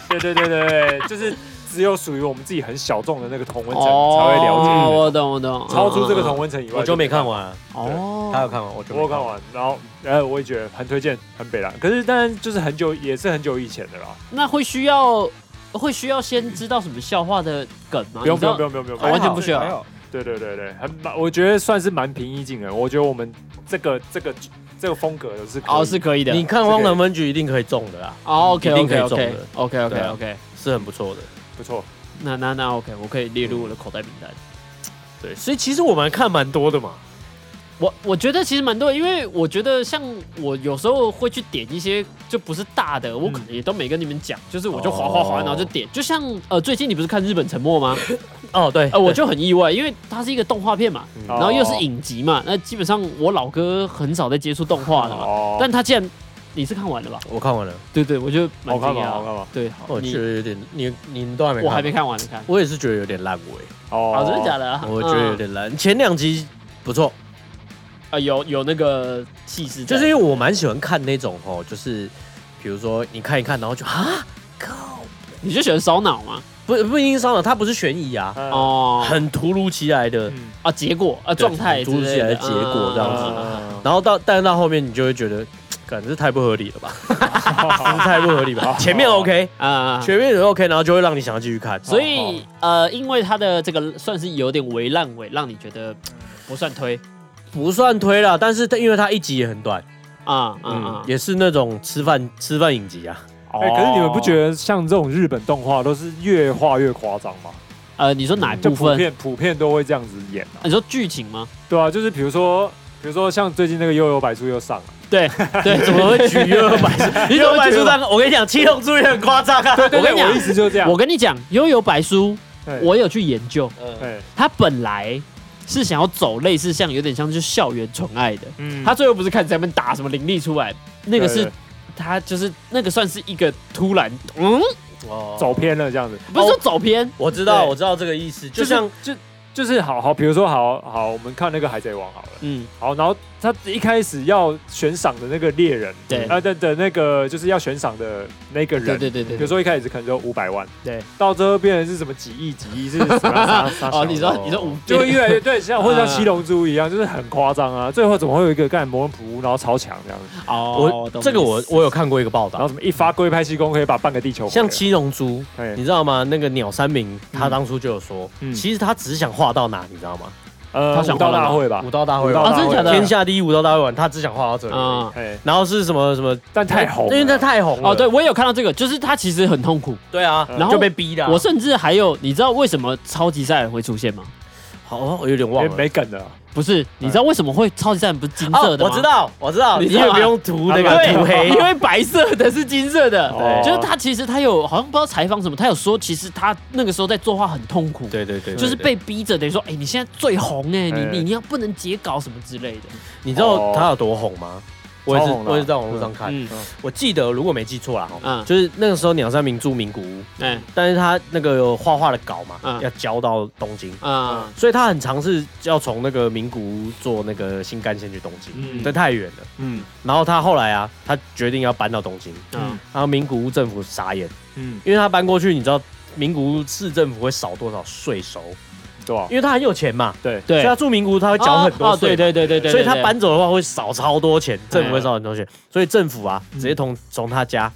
对对对对对，就是只有属于我们自己很小众的那个同 温层才会了解。嗯
嗯
哦，我懂我懂，
超出这个
嗯
同温层以外，
我就没看完啊，
哦，
他有看完，我就
我有
没
看。完，然后呃，我也觉得很推荐，很北蓝。可是当然就是很久，也是很久以前的啦。
那会需要会需要先知道什么笑话的梗吗？
不用不用不
用，
用不用不用，
哦完全不需要
还好
对对对对，很蛮，我觉得算是蛮平易近人。我觉得我们这个这个这个风格的是可以
哦，是可以的，
你看《荒唐分局》一定可以中的啦，
哦，OK
一定可
OK
以中
OK
的，
OK
对
OK
啊
OK，
是很不错的。
不错。
那那那 OK，我可以列入我的口袋名单。
对，所以其实我们看蛮多的嘛。
我我觉得其实蛮多，因为我觉得像我有时候会去点一些就不是大的，我可能也都没跟你们讲，就是我就滑滑滑，
哦
然后就点。就像呃，最近你不是看日本沉没吗？
哦，对，
呃，我就很意外，因为它是一个动画片嘛，
哦
嗯然后又是影集嘛，那基本上我老哥很少在接触动画的嘛，
哦，
但他既然你是看完了吧？
我看完了。
对对，我就蛮
好
惊
看吗？好
讶啊
看
的。
吗？
对，好
我
你
觉得有点，你你们都还没看，
我还没，看完，你看，
我也是觉得有点烂尾，
哦
啊，真的假的啊？
我觉得有
嗯
点烂。前两集不错，
啊，有有那个气势在，
就是因为我蛮喜欢看那种哦，就是比如说你看一看，然后就啊，靠，
你就喜欢烧脑嘛？
不不一定伤了，它不是悬疑啊，
的哦，
哦，
很突如其来的，
嗯
啊，结果啊，
对
状态
组织起来的结果这样子
嗯
然后到但是到后面你就会觉得，感觉太不合理了吧，真是太不合理吧。前面 OK，
啊。
前面也 OK，然后就会让你想要继续看，
所以呃，因为它的这个算是有点微烂尾，让你觉得不算推
不算推了，但是它因为它一集也很短，
啊啊
嗯
啊，！
也是那种吃饭吃饭影集 啊，
哎，可是你们不觉得像这种日本动画都是越画越夸张吗？
呃，你说哪
就
部
普
分？
遍普遍都会这样子演啊。
你说剧情吗？
对啊，就是比如说，比如说像最近那个《悠悠白书》又上了，
对对，怎么会举一二 百？
你
怎么会觉得
我跟你讲，七龙珠也很夸张啊，
我跟你
我
讲
的意，思就是这样。
我跟你讲，《悠悠白书
对》
我有去研究，
嗯
对
它本来是想要走类似像有点像是校园纯爱的。
嗯
他最后不是看咱们打什么灵力出来，那个
对
是
对
他就是那个算是一个突然，嗯，
哦
走偏了这样子，
不是说走偏，
我知道，
对
我知道这个意思，就是像
就就是好好，比如说好好，我们看那个海贼王好了，
嗯，
好，然后他一开始要悬赏的那个猎人，
对
啊的的那个就是要悬赏的那个
对
人。
对对对
比如
对，
说一开始可能就五百万，
对，
到最后变成是什么几亿、几亿是什么啥啥？
哦，你
说
说你说五
就会越来越对，像或者像
啊
七龙珠一样，就是很夸张啊。最后怎么会有一个干魔人普乌，然后超强这样子，
哦
我，这个我我有看过一个报
然
道，
后什么一发龟派气功可以把半个地球毁了
像七龙珠，
嘿
你知道吗？那个鸟山明他当初就有说，
嗯
其实他只想画到哪，你知道吗？
呃
他想
武道
画
大
哪
会吧
武，道大会
武道
馆
大会啊真的假的
天下第一武道大会馆，他只想画到这里。
啊。
哎，
然后是什么什么？
但太红了，
因为他太红了。
哦，对，我也有看到这个，就是他其实很痛苦。
对啊，
嗯
然后
就被逼的啊。
我甚至还有，你知道为什么超级赛亚人会出现吗？
好，我有点忘
也
了。
没梗了，
不是，你知道为什么会超级赛亚人不是金色
哦，
的吗？
我知，道，我知道，
你
因
知道
为
吗
不用涂那
啊
个
对，
涂黑
因。为白色的是金色的，
哦
就是他其实他有好像不知道采访什么，他有说其实他那个时候在作画很痛苦，
对对对，
就是
对。对
被逼着，等于说，哎，你现在最红哎，
哎
你你要不能截稿什么之类的。
你知
哦
道他有多红吗？我也是，我也是在网络上看。
啊嗯
我记得如果没记错啦，
嗯
就是那个时候鸟山明住名古屋，
哎
但是他那个有画画的稿嘛，
嗯
要交到东京，
啊
所以他很尝试要从那个名古屋坐那个新干线去东京，
嗯
这太远了。
嗯
然后他后来啊，他决定要搬到东京，
嗯
然后名古屋政府傻眼，
嗯，
因为他搬过去，你知道名古屋市政府会少多少税收？
对吧？
因为他很有钱嘛，
对，
所以
对
他，住名古屋他会缴很
哦
多
哦对
税，
对对对对，
所以他
对
搬走的话会少超多钱，政府会少很多钱，所以政府啊，直接从从他家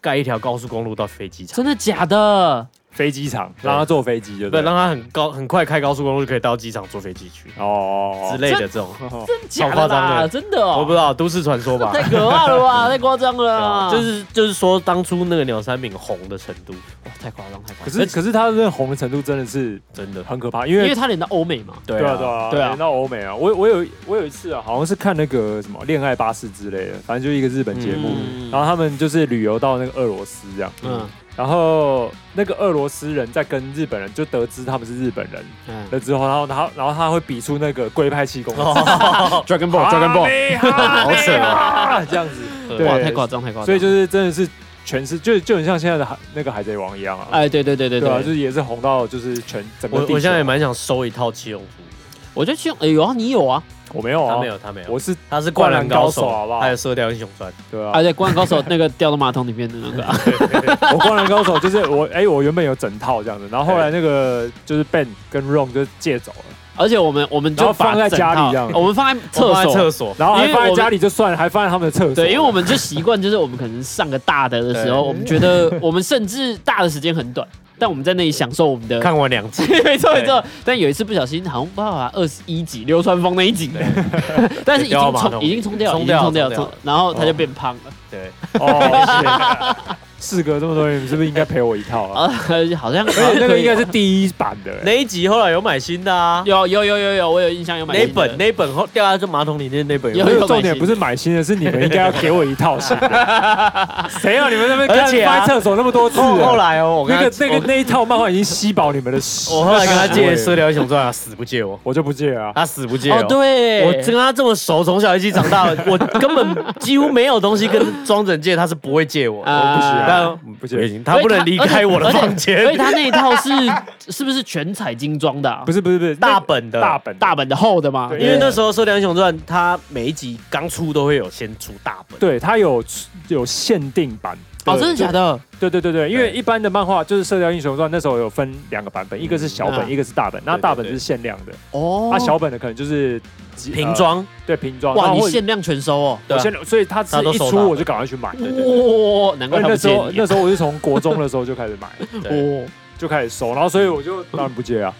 盖一条高速公路到飞机场。
真的假的？
飞机场
对
让他坐飞机就
对，
对了，
让他很高很快开高速公路就可以到机场坐飞机去
哦
之类的这种，
哦
真假
超夸
的
张
啦？
的
真的哦，
我不知道都市传说吧
太。可怕了吧，太夸张了啊，
就是就是说，当初那个鸟山明红的程度，
哇太夸张，太 夸
可
张。
是可是他的红的程度真的是
真的
很可怕，因
因为
为。
他连到欧美嘛，
对
对啊，对啊，
对啊
连到欧美啊，我我有我有一次啊，好像是看那个什么《恋爱巴士》之类的，反正就一个日本节目，
嗯
然后他们就是旅游到那个俄罗斯这样，
嗯
然后那个俄罗斯人在跟日本人就得知他们是日本人
嗯
了之后，然后然后然后他会比出那个龟派气功，
，Dragon
好
扯
啊，这样子，对，
哎哇，太夸张，太夸张。
所以就是真的是全是就就很像现在的海那个海贼王一样啊，
哎，对对对对
对啊，
对，
就是也是红到就是全整个
我
地球
我现在也蛮想收一套七龙珠的，
我觉得去，哎有啊，你有啊，
我没有啊，
他没有，他没有，
我是
他是灌篮高
灌篮高手
手，
好不好
还有射雕英雄传，
对啊
啊，，对，《灌篮高手》那个掉到马桶里面的那个啊，
我灌篮高手就是我哎、我原本有整套这样子，然后后来那个就是 Ben 跟 Ron 就借走了，
而且我们我们
然
就
后放
把
在
整
家里
套
这样
我们放在
我
厕
放在
所
厕。所，
然后还
因为
放在
我们
家里就算了，还放在他们的厕所，
对，因为我们就习惯，就是我们可能上个大的的时候，
对
我们觉得我们甚至大的时间很短，但我们在那里享受我们的。
看完两次，
没错没错，但有一次不小心，好像不知道啊，二十一集流川枫那一集， 但是已
掉到
经
马
冲
桶
已经冲掉了，
冲
已经
掉
冲掉
冲
了，
掉哦
冲然后他就变胖了。
对，
哦， 事隔这么多年，你是不是应该陪我一套啊？
啊，好像
哎
而且那个应该
是
是第一版的、欸，
那一集后来有买新的啊，
有有有有有，我有印象有买
那
新的
本那本后掉在这马桶里面那本有
有
没
买，
有重点不是买新的，是你们应该要给我一套 新的。谁让你们那边
而
看
且啊
翻厕所那么多次了？
后后来哦，我跟
那
他
个那个那一套漫画已经吸饱你们的屎
我我后来跟他借《射雕英雄传》啊，死不借我，
我就不借啊。
他死不借
哦，
哦。
对，
我跟他这么熟，从小一起长大，我根本几乎没有东西跟庄整借，他是不会借我。
啊
我不行啊
但
不
不
借。
行，他不能离开我的房
所以
间。
他那一套是是不是全彩精装的啊、
不是不是不是，
大
那
本的，
大本
大本的厚的吗？
对
因为那时候《射雕英雄传》它每一集刚出都会有先出大本，
对它有有限定版。
哦，真的假的？
对对对对，因为
对
一般的漫画就是《射雕英雄传》，那时候有分两个版本，一个是小本，
嗯
一个是大本。那
啊对对
大本
对
是限量的，
哦，
那啊小本的可能就是几
瓶，装
呃对瓶装。
哇，
然后
你
或者
限量全收哦，
对
我
啊
限量，所以它只
大家都
一
收
出
大本
我就赶快去买。
对对
哇，哦难
而且
怪
哎那
他不
时
借
候
你
那时候我是从国中的时候就开始买，
对
哦，
就开始收，然后所以我就当然不借啊。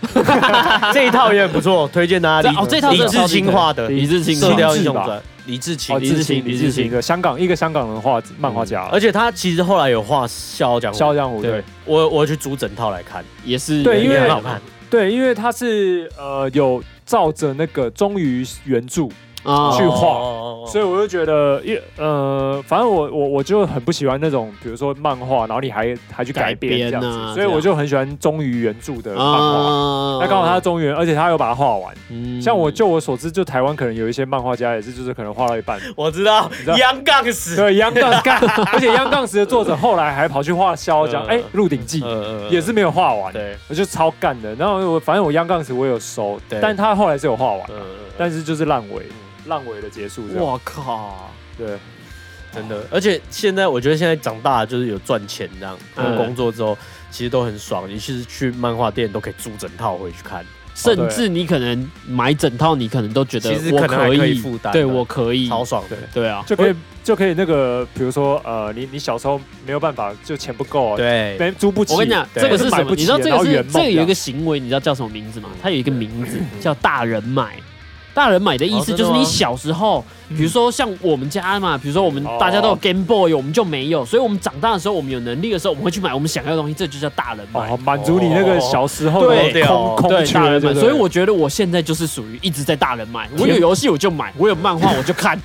这一套也很不错，推荐大家。
这哦这套
李
真的超
志
级
清画的
对
《
李志清
射雕
李
英
志
雄
吧
传》，李志清
哦，，
李志清
李
李
志
志嗯
清
清
的香港一个香港人画漫画家，
而且他其实后来有画《笑傲江湖》
肖，江湖对
对我我去租整套来看，
也是
对因为
也很好看。
对，因为他是呃有照着那个忠于原著
啊
去画
哦
所以我就觉得，一呃，反正我我我就很不喜欢那种，比如说漫画，然后你还还去改编
改编
这样子，
啊
所以我就很喜欢忠于原著的漫画。
啊
那刚好他忠于原，而且他又把它画完。
嗯
像我就我所知，就台湾可能有一些漫画家也是，就是可能画到一半，
我知道
知道
央杠死，
对，央杠 干，而且央杠时的作者后来还跑去画肖讲，
嗯
哎，《鹿鼎记》
呃
也是没有画完，
对，
我就超干的。然后我反正我央杠时我有收，
对
但他后来是有画完，
嗯，但
但是就是烂尾，
嗯
烂尾的结束这样。
我靠，
对，
真的，而且现在我觉得现在长大就是有赚钱这样，
嗯
工作之后其实都很爽，你其实去漫画店都可以租整套回去看，
甚至你可能买整套，你可能都觉得
哦其实
我
可能还可以
以
负担
对
啊
我可以，
超爽的。
对啊，
就可以就可以那个，比如说呃，你你小时候没有办法，就钱不够，，啊
对，
没租不起。
我跟你讲，
对
这个是
买
什么？
不
你
起
知道这
然
个
后
是
圆
这
梦嗯
个有一个行为，你知道叫什么名字吗？它有一个名字叫大人买。大人买的意思
哦真
就
的
是
吗
你小时候，比如说像我们家嘛，比如说我们大家都有
嗯哦
Game Boy，我们就没有，所以我们长大的时候，我们有能力的时候，我们会去买我们想要的东西，这就叫大人买
哦，。满足你那个小时候的
对
空
哦
空
对大
缺，
人
对
买，
不对
所以我觉得我现在就是属于一直在大人买，我有游戏我就买，我有漫画我 就看，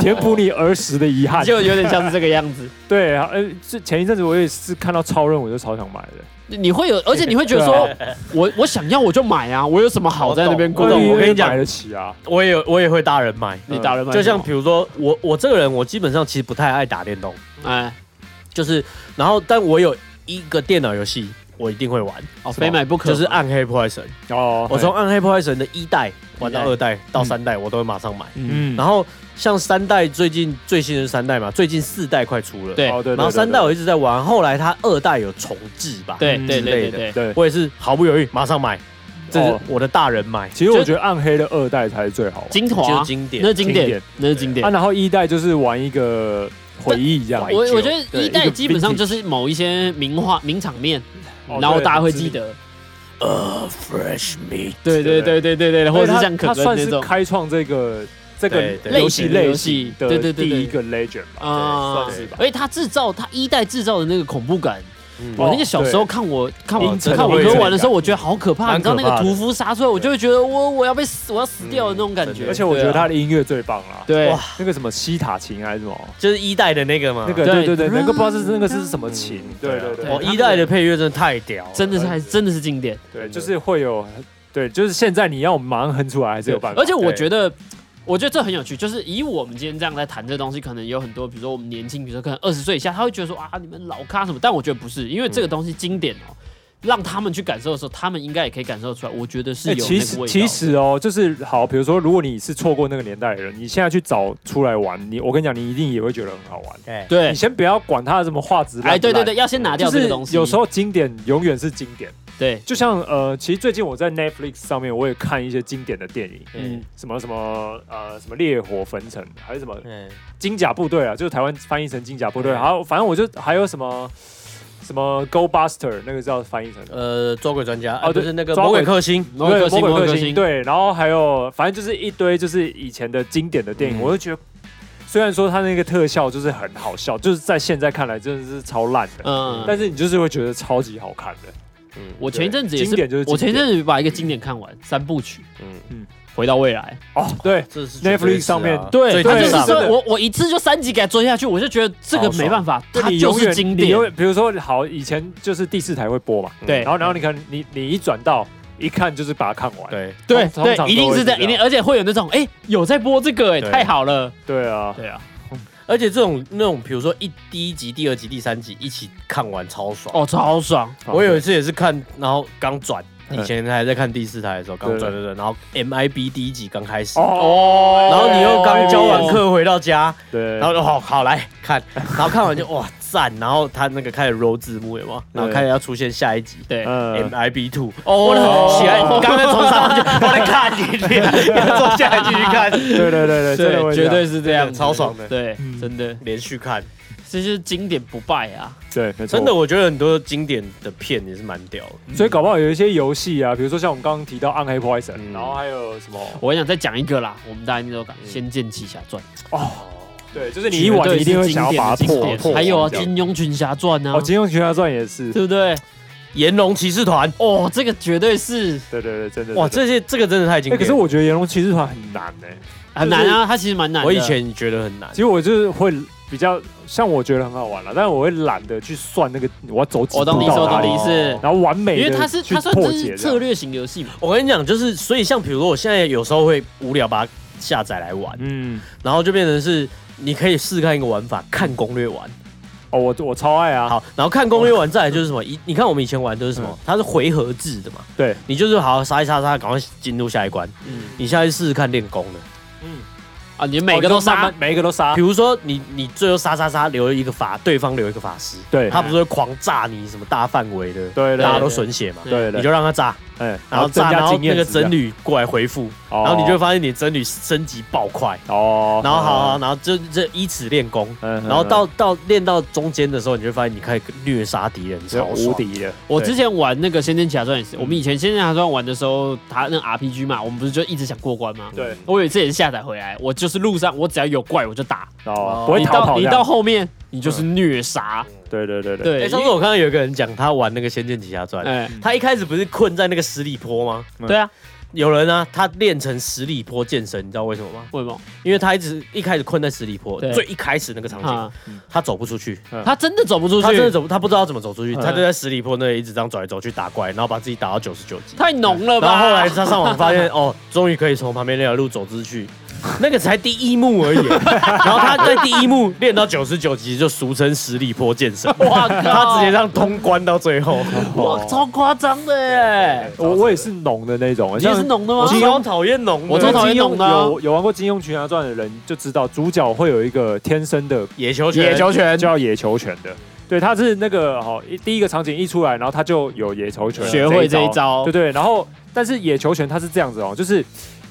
填补你儿时的遗憾。
就有点像是这个样子。
对，啊，呃，这前一阵子我也是看到超人，我就超想买的。
你会有，而且你会觉 得说，我我想要我就买啊，我有什么好在那边
我
过
懂？
因为
我跟你讲
买得起啊，
我也有我也会大人买，
你大人买什
就
么，
像比如说我我这个人，我基本上其实不太爱打电动，
哎，
就是然后但我有一个电脑游戏我一定会玩，
哦，非买不可，
就是《啊暗黑破坏神》，
哦，
我从《暗黑破坏神》的一代玩到
一代
二代到
嗯
三代，我都会马上买。
嗯，
然后像三代最近最新的三代嘛，最近四代快出了，
对
哦对，
然后
对
三代我一直在玩，后来它二代有重置吧，
对
嗯
对
之
对
类
对对，
对，对
我也是毫不犹豫马上买，这是
哦
我的大人买，
其实我觉得暗黑的二代才是最好玩。
精
就
华
是，经典
那是经
经
典
典，
那是经典
啊，。然后一代就是玩一个回忆这样。
我我觉得
对
一
一
代
个
基本上就是某一些名画名场面，
哦
然后
对
大家会
知
记得。
fresh meat，
对对对对对对，或
对
者是
它
像可
它
乐
算
那
是
种
开创这个这个
对对
游戏
类型的
类
游戏
型的
对对对对
第一个 legend 吧，
啊
对算是吧
而且他制造他一代制造的那个恐怖感，我
哦
那个小时候看我看我
哦真的
看我
会
哥
有
玩的时候，
感
我觉得好可怕，
蛮
你知道那
可
个
怕的
屠夫杀出来，我就会觉得我我要被死我要死掉的那种感觉。
真的
而且我
对啊
觉得他嗯的音乐最棒啦，
对
哇
那个什么西塔琴还是什么，
就是一代的那个嘛，
那个
对
对对对，那个不知道是那个是什么琴，嗯对啊对
我
对
对
一代的配乐真的太屌了，
真的是还真的是经典。
对，就是会有。对，就是现在你要马上哼出来还是有办法，
而且我
对
觉得，我觉得这很有趣，就是以我们今天这样在谈这东西，可能有很多，比如说我们年轻，比如说可能二十岁以下，他会觉得说啊，你们老咖什么，但我觉得不是，因为
嗯
这个东西经典哦。让他们去感受的时候，他们应该也可以感受出来。我觉得是
哎
有
其
那个
实
味道。
其，实哦，就是好，比如说如果你是错过那个年代的人，你现在去找出来玩，你我跟你讲，你一定也会觉得很好玩。
对，
对
你，先不要管它什么画质，
哎，对对对，，要先拿掉
就
这
是
个东西。
有时候经典永远是经典。
对，
就像呃，其实最近我在 Netflix 上面我也看一些经典的电影，
嗯
嗯，
什么什么呃，什么烈火焚城，还是什么
嗯，
金甲部队啊，就是台湾翻译成金甲部队，
嗯
还有反正我就还有什么什么 Go Buster 那个叫翻译成。
呃，捉鬼专家，
哦
哦，就
对
是那个
抓
魔
鬼嗯
鬼克星，
魔鬼克星，魔鬼克星，
对，然后还有反正就是一堆就是以前的经典的电影，
嗯
我就觉得虽然说它那个特效就是很好笑，就是在现在看来真的是超烂的，
嗯，
但是你就是会觉得超级好看的。
嗯，
我前一阵子也
经典就是
是，
经典
我前一阵子把一个经典看完，三部曲，
嗯
回到未来。
哦，对，
这嗯是
Netflix 上面
对，
最
他
对
就是
真
说
的
我我一次就三集给它追下去，我就觉得这个
好爽
没办法，它
你
就
永
是
远
经
你
典
永。远比如说好，以前就是第四台会播嘛，
对
然后然后你看你你一转到一看就是把它看完，
对，
对
通
对
常，都
一定
会
是
是
这
这
样，
样
一定，而且会有那种哎、有在播这个哎、
对
太好了，
对啊，
对啊，
而且这种那种，比如说一第一集、第二集、第三集一起看完超爽。
哦，超爽，
我有一次也是看，然后刚转，以前还在看第四台的时候，刚
对
转转转，然后 MIB 第一集刚开始，
哦
然后你又刚教完，课回到家，
对，
然后就好好来看，然后看完就哇赞，然后他那个开始 roll 字幕有没有？然后开始要出现下一集。
对，
嗯
MIB Two，
哦
哦，起来，刚刚从沙发就我来看你， 要坐下来继续看，
对对对对，真的会这
对，绝
样
对是这样，
超，爽的，
对，
嗯
真的，
连续看，
这就是经典不败啊，
对，没错
真的，我觉得很多经典的片也是蛮屌的。
所以搞不好有一些游戏啊，比如说像我们刚刚提到《暗黑破坏神》，
嗯
然后还有什么
我跟你讲，再讲一个啦，我们大家一定都讲《仙剑奇侠传》，
哦，对，就是你一玩
绝对
你一定会
是
想要把它
经典的经
破
典
破完，
还有啊，《
这样
金庸群侠传》
哦，《
啊，
金庸群侠传》也是，
对不对？
炎龙骑士团，
哦，这个绝对是，
对对对，真的
哇，这
真的
些这个真的太经
哎，
典。
可是我觉得《炎龙骑士团》很难呢，欸
很难啊，它其实蛮难的。
我以前觉得很难
其，实我就是会比较像我觉得很好玩了，但我会懒得去算那个我要走几步
我懂你
到
说
哪
懂
里
你意思，
然后完美
因
的
为它是
哦去
它算
破解
是策略型游戏嘛。
我跟你讲，就是所以像比如说，我现在有时候会无聊把它下载来玩，
嗯，
然后就变成是你可以试看一个玩法，看攻略玩。
哦，我我超爱啊，
好，然后看攻略完再来就是什么？一你看我们以前玩都是什么
嗯？
它是回合制的嘛？
对，
你就是好好杀一杀杀，赶快进入下一关。
嗯
你下去试试看练功的，
啊，你每个都
哦慢
杀
慢，每一个都杀
比，如说你你最后杀杀杀留一个法，对方留一个法师，
对
他不是会狂炸你什么大范围的，
对对
大家
对
都损血嘛，
对
你
对，
就让他炸，
哎，
然后炸，
增
然
加
后
经
那
验
个
值这啊样
真，女过来回复，
然
然后你就会发现你真女升级爆快，
哦，
然后好好，然后就这以此练功。
嗯，嗯
然后到到练到中间的时候，你就会发现你可以虐杀敌人，
就
超
无
爽。
敌的，
我
对
之前玩那个《仙剑奇侠传》也是，我们以前《仙剑奇侠传》玩的时候，它那 RPG 嘛，我们不是就一直想过关吗？
对，
我有一次也是下载回来，我就是路上我只要有怪我就打，
哦，不会
你
逃嗯
到
跑这
你
样，
到后面你就是虐杀，
对对哦对对，
哎、
对，
上次我看到有一个人讲他玩那个《仙剑奇侠传》
哎，
他一开始不是困在那个十里坡吗？
嗯
对啊，
有人啊，他练成十里坡剑神，你知道为什么
嗯
吗？
为什么
因为他一直一开始困在十里坡，
对
最一开始那个场景，
啊？
他走不出去，
他真的走不出
他真的
去，
走不，他不知道怎么走出去，
嗯
他就在十里坡那里一直这样走来走去打怪，然后把自己打到九十九级。
太浓了吧？
然后后来他上网发现，哦，终于可以从旁边那条路走出去，那个才第一幕而已。然后他在第一幕练到九十九级，就俗称十里坡剑神，
哇靠，
他直接让通关到最后。
哇超夸张的耶！
我我也是浓的那种，
你也
像
是浓的
我
吗？
超讨厌龙的，
我超讨厌
金
弄
庸
的啊
有有玩过《金庸群侠传》的人就知道，主角会有一个天生的
野球拳，
拳，叫野球拳的。对，他是那个好、一第一个场景一出来，然后他就有野球拳，
学会这一招
对，对。然后，但是野球拳它是这样子哦，就是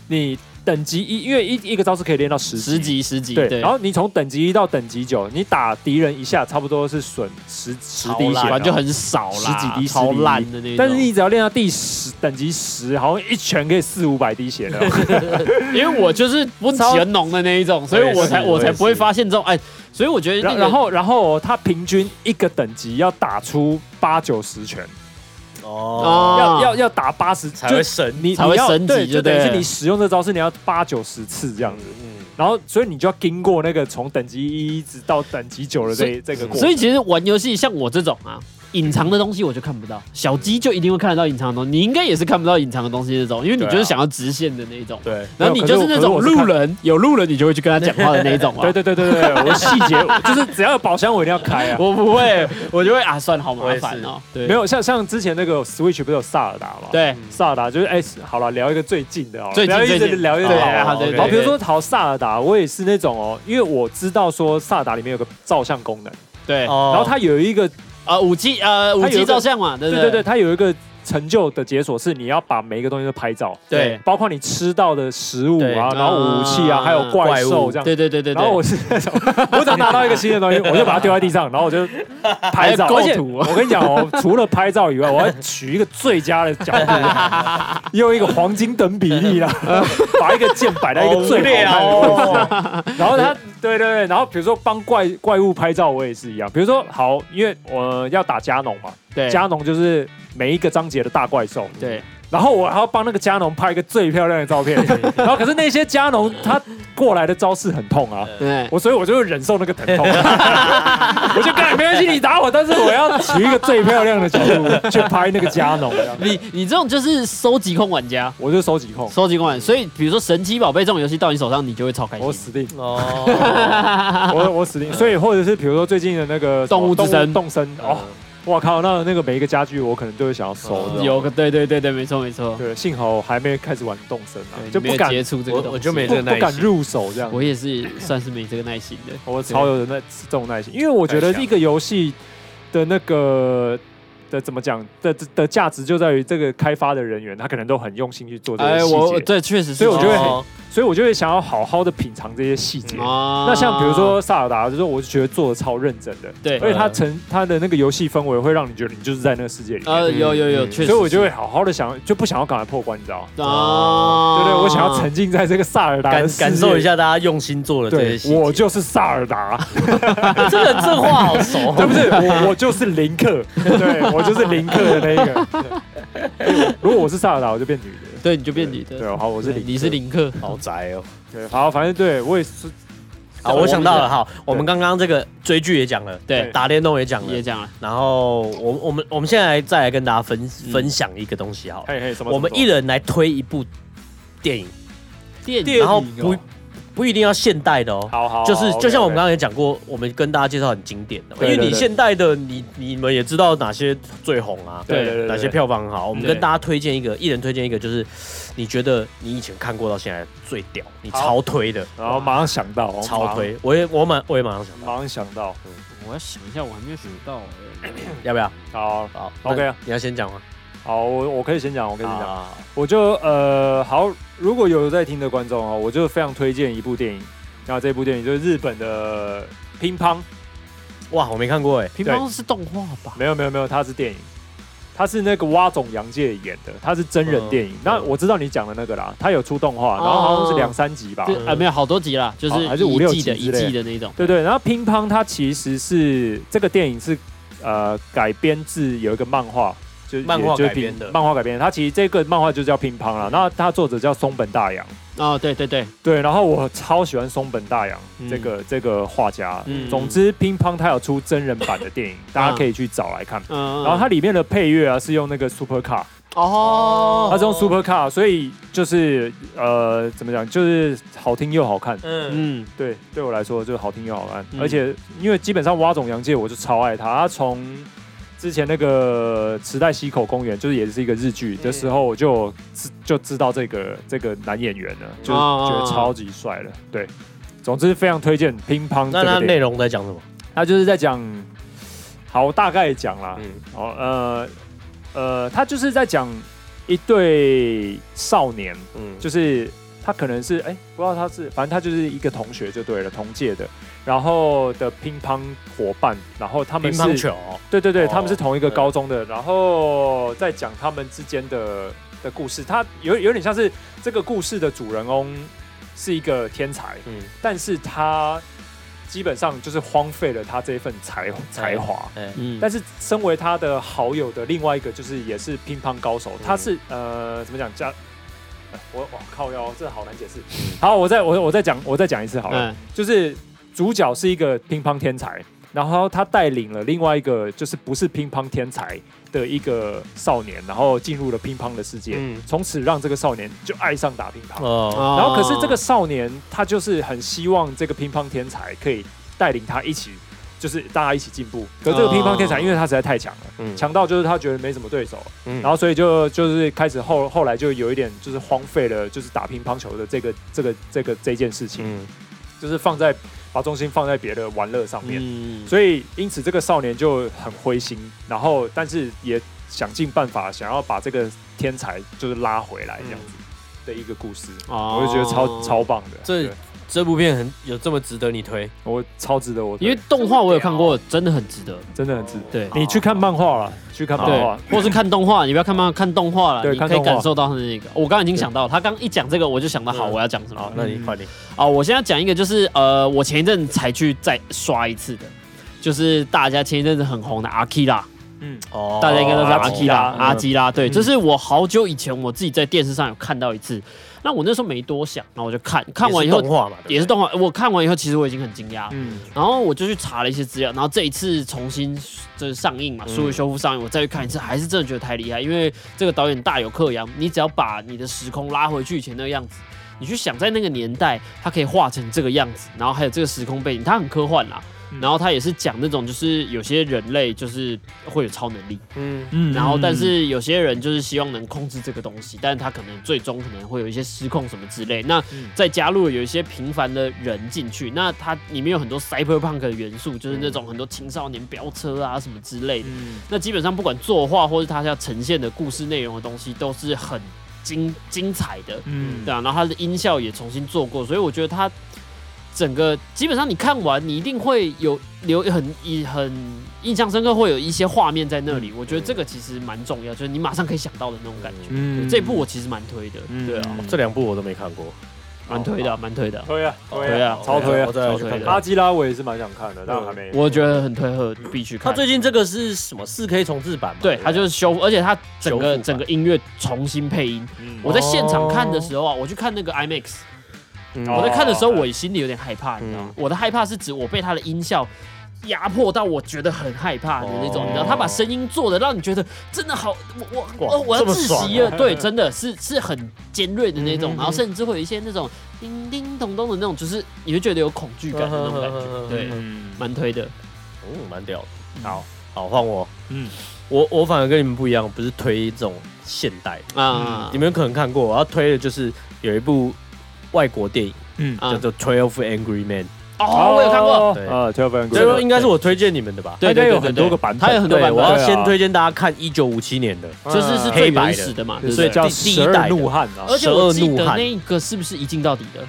你等级一，因为一一个招是可以练到十
十级十级，
对，
对，
然后你从等级一到等级九，你打敌人一下，差不多是损十十滴血，
好啦
反正就很哦少啦，
十几滴
超烂的那种。
但是你只要练到第十等级十，好像一拳可以四五百滴血的。哦
因为我就是不
超
很浓的那一种，所以我才
我也是
我才不
我
会
也是
发现这种哎，所以我觉得
然
那个
然后然后、哦他平均一个等级要打出八九十拳，
哦，
要要要打八十
才会神。
你
啊才会
你要
升级
对，
就
就等于
对
是你使用这招式，你要八九十次这样子，
嗯，
然后所以你就要经过那个从等级一一直到等级九的
所
这这个过程。
哦所以其实玩游戏像我这种啊，隐藏的东西我就看不到，小鸡就一定会看得到隐藏的东西，你应该也是看不到隐藏的东西那种，因为你
对啊
就是想要直线的那一种，
对，
然后你就是那种
可是我可是我
路
是看
人，有路人你就会去跟他讲话的那一种啊
对。对对对对，我细节就是只要有宝箱我一定要开啊。
我不会，我就会啊，算了好
我
麻
也是
烦哦。 对，
没有像像之前那个 Switch 不是有萨尔达吗？，
对，
萨尔达就是哎、好了，聊一个最近的哦，
最近
不要一
最
直
近
聊一直
对
聊
啊
哦
对对
然后比如说好萨尔达，我也是那种哦，因为我知道说萨尔达里面有个照相功能，
对，
然
然后它有一个
呃，武器呃，武
它有一
器
个
照相嘛，对
对
不
对
对
对，它有一个成就的解锁是你要把每一个东西都拍照，
对
包括你吃到的食物
对
啊，然后武器啊，
啊
还有怪兽这样。
对对对对对，
然后我是那种，我只要拿到一个新的东西，我 就把它丢在地上，然后我就拍照。
还有构
而且
图
我跟你讲哦，除了拍照以外，我要取一个最佳的角度，啊 用一个黄金等比例啦，把一个剑摆在一个最好看的位置。
哦，
然后他，对对对，然后比如说帮怪怪物拍照，我也是一样。比如说，好，因为我要打加农嘛，
对
加农就是每一个章节的大怪兽。
对
然后我还要帮那个加农拍一个最漂亮的照片。然后可是那些加农他过来的招式很痛啊，
对，
我所以我就忍受那个疼 痛。我就干没关系，你打我，但是我要取一个最漂亮的角度去拍那个加农。 这样
你你这种就是收集控玩家，
我就收集控，
收集控玩，所以比如说神奇宝贝这种游戏到你手上，你就会超开
我
心。
死定，
哦，
我我死定。所以或者是比如说最近的那个
动物之嗯声
动身哦。我靠，那那个每一个家具我可能都会想要收
嗯
的。
有个对对对对，没错没错，
对，幸好我还没开始玩动身啊
嗯对，
就
你没
不
有
敢
接触这个
我
东西
我就没
不
这个耐
不敢
心
入手这样。
我也是算是没这个耐心的。
我超有那这种耐心，因为我觉得一个游戏的那个的怎么讲的的的价值就在于这个开发的人员，他可能都很用心去做这些
哎，
细
我
节，
这确实
所
是，
以我就会很
哦
所以我就会想要好好的品尝这些细节。
啊
那像比如说萨尔达，就是我就觉得做的超认真的，
对嗯
而且它成它的那个游戏氛围会让你觉得你就是在那个世界里面，
呃，有有有，
嗯
确实是，
所以我就会好好的想，就不想要赶快破关，你知道吗？
啊，
对对，我想要沉浸在这个萨尔达
感
的世界
感受一。下大家用心做的这
对
些细，节。
我就是萨尔达，
这个这话好熟哦，
对不是我，我就是林克，对我就是林克的那一个。对哎我如果我是萨尔达，我就变女的。
对，你就变女
对啊
的，
哦，好，我是林克，
你是林克，
好宅哦，
对，好，反正对我也是
好，我想到了，好，我们刚刚这个追剧也讲了，
对
打电动也讲了
也，讲了，
然后我我们我们现在来再来跟大家分分享一个东西好了，
嘿哎嘿，什么？
我们一人来推一部电影，
电哦
然
哦
后不不一定要现代的哦。
好好，
就是就像我们刚刚也讲过，我们跟大家介绍很经典的嘛，因
对
为
对
你
对
现代的你你们也知道哪些最红啊，
对对对，
哪些票房好，我们
对
跟大家推荐一个，一人推荐一个，就是你觉得你以前看过到现在最屌，你
好
超推的，
然后马上想到，
超，推，我也我马我也马上想到，
马上想到，
我要想一下，我还没有想 到哎、
要不要？
好
好那
OK 啊
你要先讲吗？
好，我我可以先讲，我
我
跟你讲。
讲，
我就呃好，如果有在听的观众哦，我就非常推荐一部电影，然后这部电影就是日本的乒乓，
哇，我没看过哎，
乒乓是动画吧？
没有没有没有，它是电影，它是那个蛙总洋介演的，它是真人
嗯
电影。那我知道你讲的那个啦，它有出动画，
哦
然后好像是两三集吧，
对啊、没有好多集啦，就
好
是
还是五
一
六
季
集
的一
之类
季的那种。
对对。然后乒乓它其实是这个电影是呃改编自有一个漫画。就
漫画
也就是
改编的嗯
乒漫画改编的，它其实这个漫画就叫乒乓啦。那它作者叫松本大洋，
哦，对对对，
对，然后我超喜欢松本大洋
嗯
这个、这个画家。
嗯
总之，乒乓他有出真人版的电影，大家可以去找来看。
嗯，
然后它里面的配乐啊是用那个 Super Car，
哦，
它是用 Super Car，所以就是呃怎么讲，就是好听又好看。
嗯，
嗯，
对，对我来说就是好听又好看，
嗯
而且因为基本上蛙总洋介我就超爱他，他从之前那个池袋西口公园，就是也是一个日剧的
嗯
时候，我就知就知道这个这个男演员了，就是
哦
觉得超级帅了。对，总之非常推荐乒乓这
那它
个
内
电影，
容在讲什么？
他就是在讲，好，我大概讲啦，
嗯
哦，呃呃，他就是在讲一对少年，
嗯，
就是他可能是哎、不知道他是，反正他就是一个同学就对了，同届的，然后的乒乓伙伴，然后他
乒
们是，
乓球，
对对对，
哦
他们是同一个
对
高中的，然后再讲他们之间的的故事，他有有点像是这个故事的主人翁是一个天才，
嗯，
但是他基本上就是荒废了他这一份才才华，
哎，
嗯，
但是身为他的好友的另外一个，就是也是乒乓高手，
嗯
他是呃怎么讲加。呃我我靠腰，这好难解释。好，我再我我再讲我再讲一次好了，
嗯
就是主角是一个乒乓天才，然后他带领了另外一个就是不是乒乓天才的一个少年，然后进入了乒乓的世界，
嗯
从此让这个少年就爱上打乒乓。
哦，
然后可是这个少年他就是很希望这个乒乓天才可以带领他一起，就是大家一起进步。可这个乒乓天才因为他实在太强了，
嗯
强到就是他觉得没什么对手，
嗯
然后所以就就是开始后后来就有一点就是荒废了，就是打乒乓球的这个这个这个这件事情，
嗯
就是放在把重心放在别的玩乐上面。
嗯，
所以因此这个少年就很灰心，然后但是也想尽办法想要把这个天才就是拉回来这样
嗯
子的一个故事，
哦
我就觉得超超棒的。
这
对
这部片很有这么值得你推，
我超值得我推，
因为动画我有看过，真的很值得。
真的很值得。
对
你去看漫画了，去看漫画，
对，或是看动画，你不要看漫，看动画了，
对
你
看
可以
动画
感受到他的那个。我刚刚已经想到，他刚一讲这个，我就想到，好，
嗯
我要讲什么
好，。那你
嗯
快点，
啊，我现在讲一个，就是呃，我前一阵才去再刷一次的，就是大家前一阵子很红的阿基拉，
嗯，
哦
大家应该都知道阿基拉，
哦
阿基拉，对，
嗯
这是我好久以前我自己在电视上有看到一次，那我那时候没多想，然后我就看看完以后
也是动画嘛，对不对
也是动画，我看完以后其实我已经很惊讶了，
嗯，
然后我就去查了一些资料，然后这一次重新就是上映嘛，
嗯
数位修复上映，我再去看一次，还是真的觉得太厉害，因为这个导演大有克洋，你只要把你的时空拉回去以前那个样子。你去想，在那个年代，他可以画成这个样子，然后还有这个时空背景，他很科幻啦。
嗯
然后他也是讲那种，就是有些人类就是会有超能力，
嗯
嗯
然后但是有些人就是希望能控制这个东西，但是他可能最终可能会有一些失控什么之类。那
嗯
再加入有一些平凡的人进去，那它里面有很多 cyberpunk 的元素，就是那种很多青少年飙车啊什么之类的。
嗯
那基本上不管作画或是它要呈现的故事内容的东西，都是很精精彩的。
嗯
对啊，然后它的音效也重新做过，所以我觉得它整个基本上你看完，你一定会有留很一很印象深刻，会有一些画面在那
嗯
里。我觉得这个其实蛮重要，就是你马上可以想到的那种感觉。对
嗯
这一部我其实蛮推的，
嗯
对啊，
这两部我都没看过，
蛮推的啊，蛮推的啊。
推啊
推啊
超推啊
我！再来
超
去
推
看
的
看
阿。基拉我也是蛮想看的，但我还没。
我觉得很推和必须
他
看。
最近这个是什么四 K 重置版嘛？
对，
不
它就是修复，而且它整
修复
个
版哦
整个音乐重新配音。
嗯
我在现场看的时候啊，我去看那个 IMAX，
嗯
我在看的时候，
哦
我心里有点害怕，你知道吗？我的害怕是指我被他的音效压迫到，我觉得很害怕的那种，
哦
你知道？他把声音做的让你觉得真的好，我我
哇
我我要
这么
窒
爽啊
息了，对，真的是是很尖锐的那种
嗯，哼
然后甚至会有一些那种叮叮咚咚的那种，就是你会觉得有恐惧感的那种
嗯
感觉，
觉
对
嗯，
蛮推的。
嗯，蛮屌的。
好，
好，换我。
嗯，
我我反而跟你们不一样，不是推这种现代的，
啊
嗯你，们可能看过。我要推的就是有一部外国电影
嗯，
啊
叫做《Trail of Angry Men
哦，我有看过，
对
呃，Twelve》，
这
Angry，
个应该是我推荐你们的吧？
对
它应该
对对
有很多个版本，
它有很多
对，
版
我
本，
要
对啊
先推荐大家看一九五七年的，
就是是最原始的嘛，对不
所以
对？
叫
第第一
十二
代的
怒汉啊，
而且我记得
12怒汉
那一个是不是一镜到底的？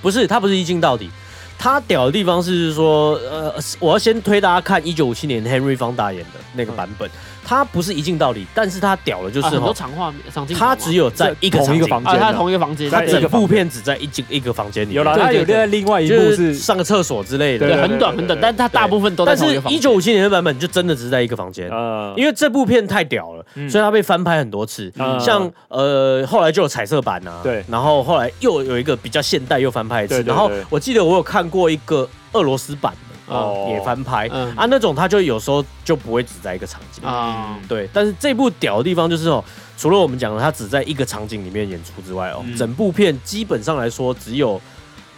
不是，它不是一镜到底。它屌的地方是说，呃，我要先推大家看一九五七年 Henry 方大演的那个版本，它不是一镜到底，但是它屌的就
啊
是
很多
哈，
长画面长镜头嘛，
它只有在一个
同
场
一个
景，
房
啊，
间
它
啊，
同一个房间，
它
在一个
整
房
部
间
片只在一间一个房间里面，
有啦，
对
它
对
有
对
另另外一
就
部
是
是，
上个厕所之类
对
的。
对，很短很短，但是它大部分都在
但
同一
是
个，房
一
间。
九五七年的版本就真的只是在一个房间，
呃，
因为这部片太屌了，
嗯
所以它被翻拍很多次。
嗯
像呃，后来就有彩色版啊，
对
然后后来又有一个比较现代又翻拍一次
对，对
然后
对
我记得我有看过一个俄罗斯版的
哦
也翻拍
嗯
啊，那种它就有时候就不会只在一个场景。
啊，
对，但是这部屌的地方就是哦，除了我们讲的它只在一个场景里面演出之外哦，
嗯
整部片基本上来说只有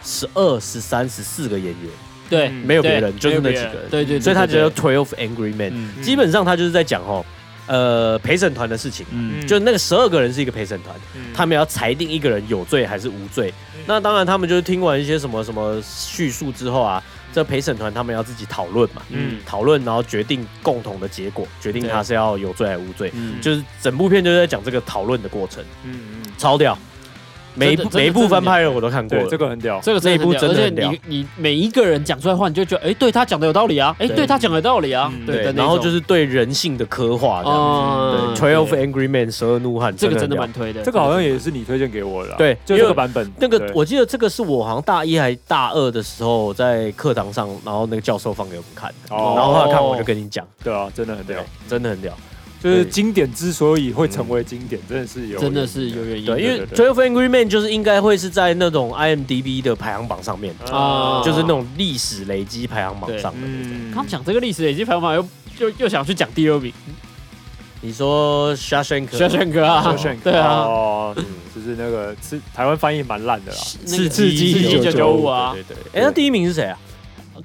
十二、十三、十四个演员，
对
嗯
没有别人，就是那
没有
几
别人
个人，
对对，
所以他
觉
叫
得
Twelve Angry Men。
嗯
基本上他就是在讲哦，呃，陪审团的事情。
嗯
就那个十二个人是一个陪审团，
嗯
他们要裁定一个人有罪还是无罪。那当然，他们就是听完一些什么什么叙述之后啊，这陪审团他们要自己讨论嘛，
嗯
讨论然后决定共同的结果，决定他是要有罪还是无罪。
嗯
就是整部片就是在讲这个讨论的过程，
嗯嗯，
超屌。每一
真
部
的
每一部
真的
翻拍的我都看过
对，
了，
这个很屌，
这个
那一部
很屌
真的很
而且你你每一个人讲出来的话，你就觉得哎，对他讲的有道理啊，哎，
对
对他讲的有道理啊
嗯，
的那
对，
种
然后就是啊对人性的刻画这样。
哦
对，
吹
，Twelve Angry Men 十二怒汉，
这个
很
真的
屌
蛮推的，
这个好像也是你推荐给我的啊，
对
就
因
这
为
个版本，
那个
对
我记得这个是我好像大一还大二的时候在课堂上，然后那个教授放给我们看的，
哦
然后他看我就跟你讲，
对啊，真的很屌
对。，真的很屌。
就是经典之所以会成为经
嗯
典，真的是有
真的是有原因，
对，因为
对
Twelve Angry Men 就是应该会是在那种 IMDB 的排行榜上面，
啊
就是那种历史累积排行榜上的那种。
嗯
刚讲这个历史累积排行榜，又又又想去讲第二名，
你说 Shawshank，
轩轩哥啊，
Shawshank，
对啊，
哦
嗯
就是那个是台湾翻译蛮烂的啦，
那
刺激
个刺激
1995
九九五啊，
对对对。哎，那第一名是谁啊？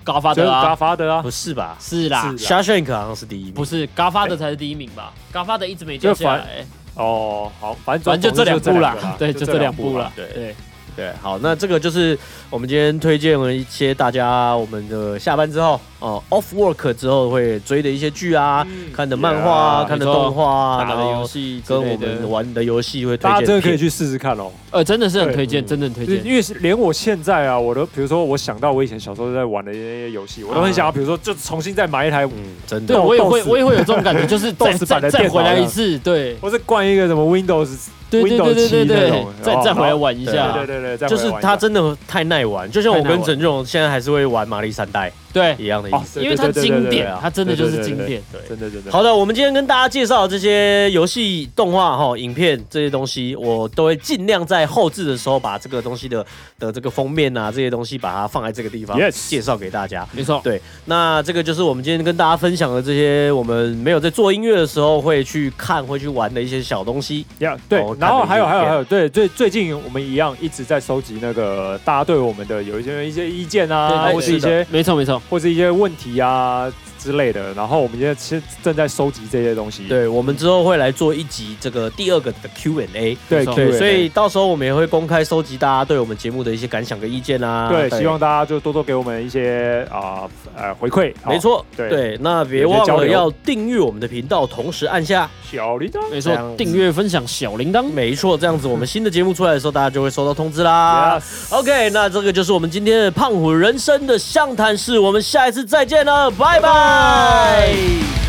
高发
就
的
是
啊
嘎，发的啊
不，是吧
是啦，
是啊
？Shawshank 好像是第一名
不。是嘎发的才是第一名吧？嘎发的一直没掉下来，
哦，好，反正
反正就这两部
啦
啦，，对，就这两部啦
啦，，
对
对，
对，好，那这个就是我们今天推荐了一些大家我们的下班之后哦、off work 之后会追的一些剧啊、
嗯
看的漫画啊、
Yeah，
看的动画啊，
打
然
的游
后
戏之
跟
类
我
的
们，玩的游戏会推
大家
荐。
真的可以，去试试看哦。
呃，真的是很推荐，
对
真的很推
就是
荐。
嗯因为是连我现在啊，我都比如说我想到我以前小时候在玩的一些游戏，我都很想要，比如说就重新再买一台，
嗯，真
对，
的
斗
我也
斗
会，
士
我也会有这种感觉， 就是再
斗士
再
版的
再
电脑
回来
啦
一次， 对，
或是灌一个什么 Windows
对对对
Windows
对
7
对
那
对
种，
再
哦
再回来玩一
然后
对对
下，
对对，
就是它真的太耐玩，就像我跟陈仲现在还是会玩《玛丽三代
对》，
一样的意
哦
思。，
因为它经典，它真的就
对
是
对对
经典。
对
真的真的
好的，我们今天跟大家介绍这些游戏、动画、哈、影片这些东西，我都会尽量在后置的时候把这个东西的的这个封面啊，这些东西把它放在这个地方
Yes
介绍给大家。
没错，
对，那这个就是我们今天跟大家分享的这些我们没有在做音乐的时候会去看、会去玩的一些小东西。
呀对
哦，
然后
看
还
了
有
一
还有
遍
还有，对，最最近我们一样一直在收集那个大家对我们的有一些一些意见啊，
对对
或是一
是
些
没错，没错。
或是一些问题啊之类的。然后我们现在其实正在收集这些东西。
对，我们之后会来做一集这个第二个的 Q&A。
对
没错
对，
对，
所以到时候我们也会公开收集大家对我们节目的一些感想跟意见啊
啊
啦、
对，希望大家就多多给我们一些啊呃回馈。好
没，错，
对
对，那别
有些
忘
交
了
流
要订阅我们的频道，同时按下，
小铃铛。
没
这
错，
样
订阅、分享、小铃
嗯
铛，
没错，这样子我们新的节目出来的时候，大家就会收到通知
啊
啦。
Yes
OK，那这个就是我们今天的胖虎人生的相谈室，我们下一次再见了，拜拜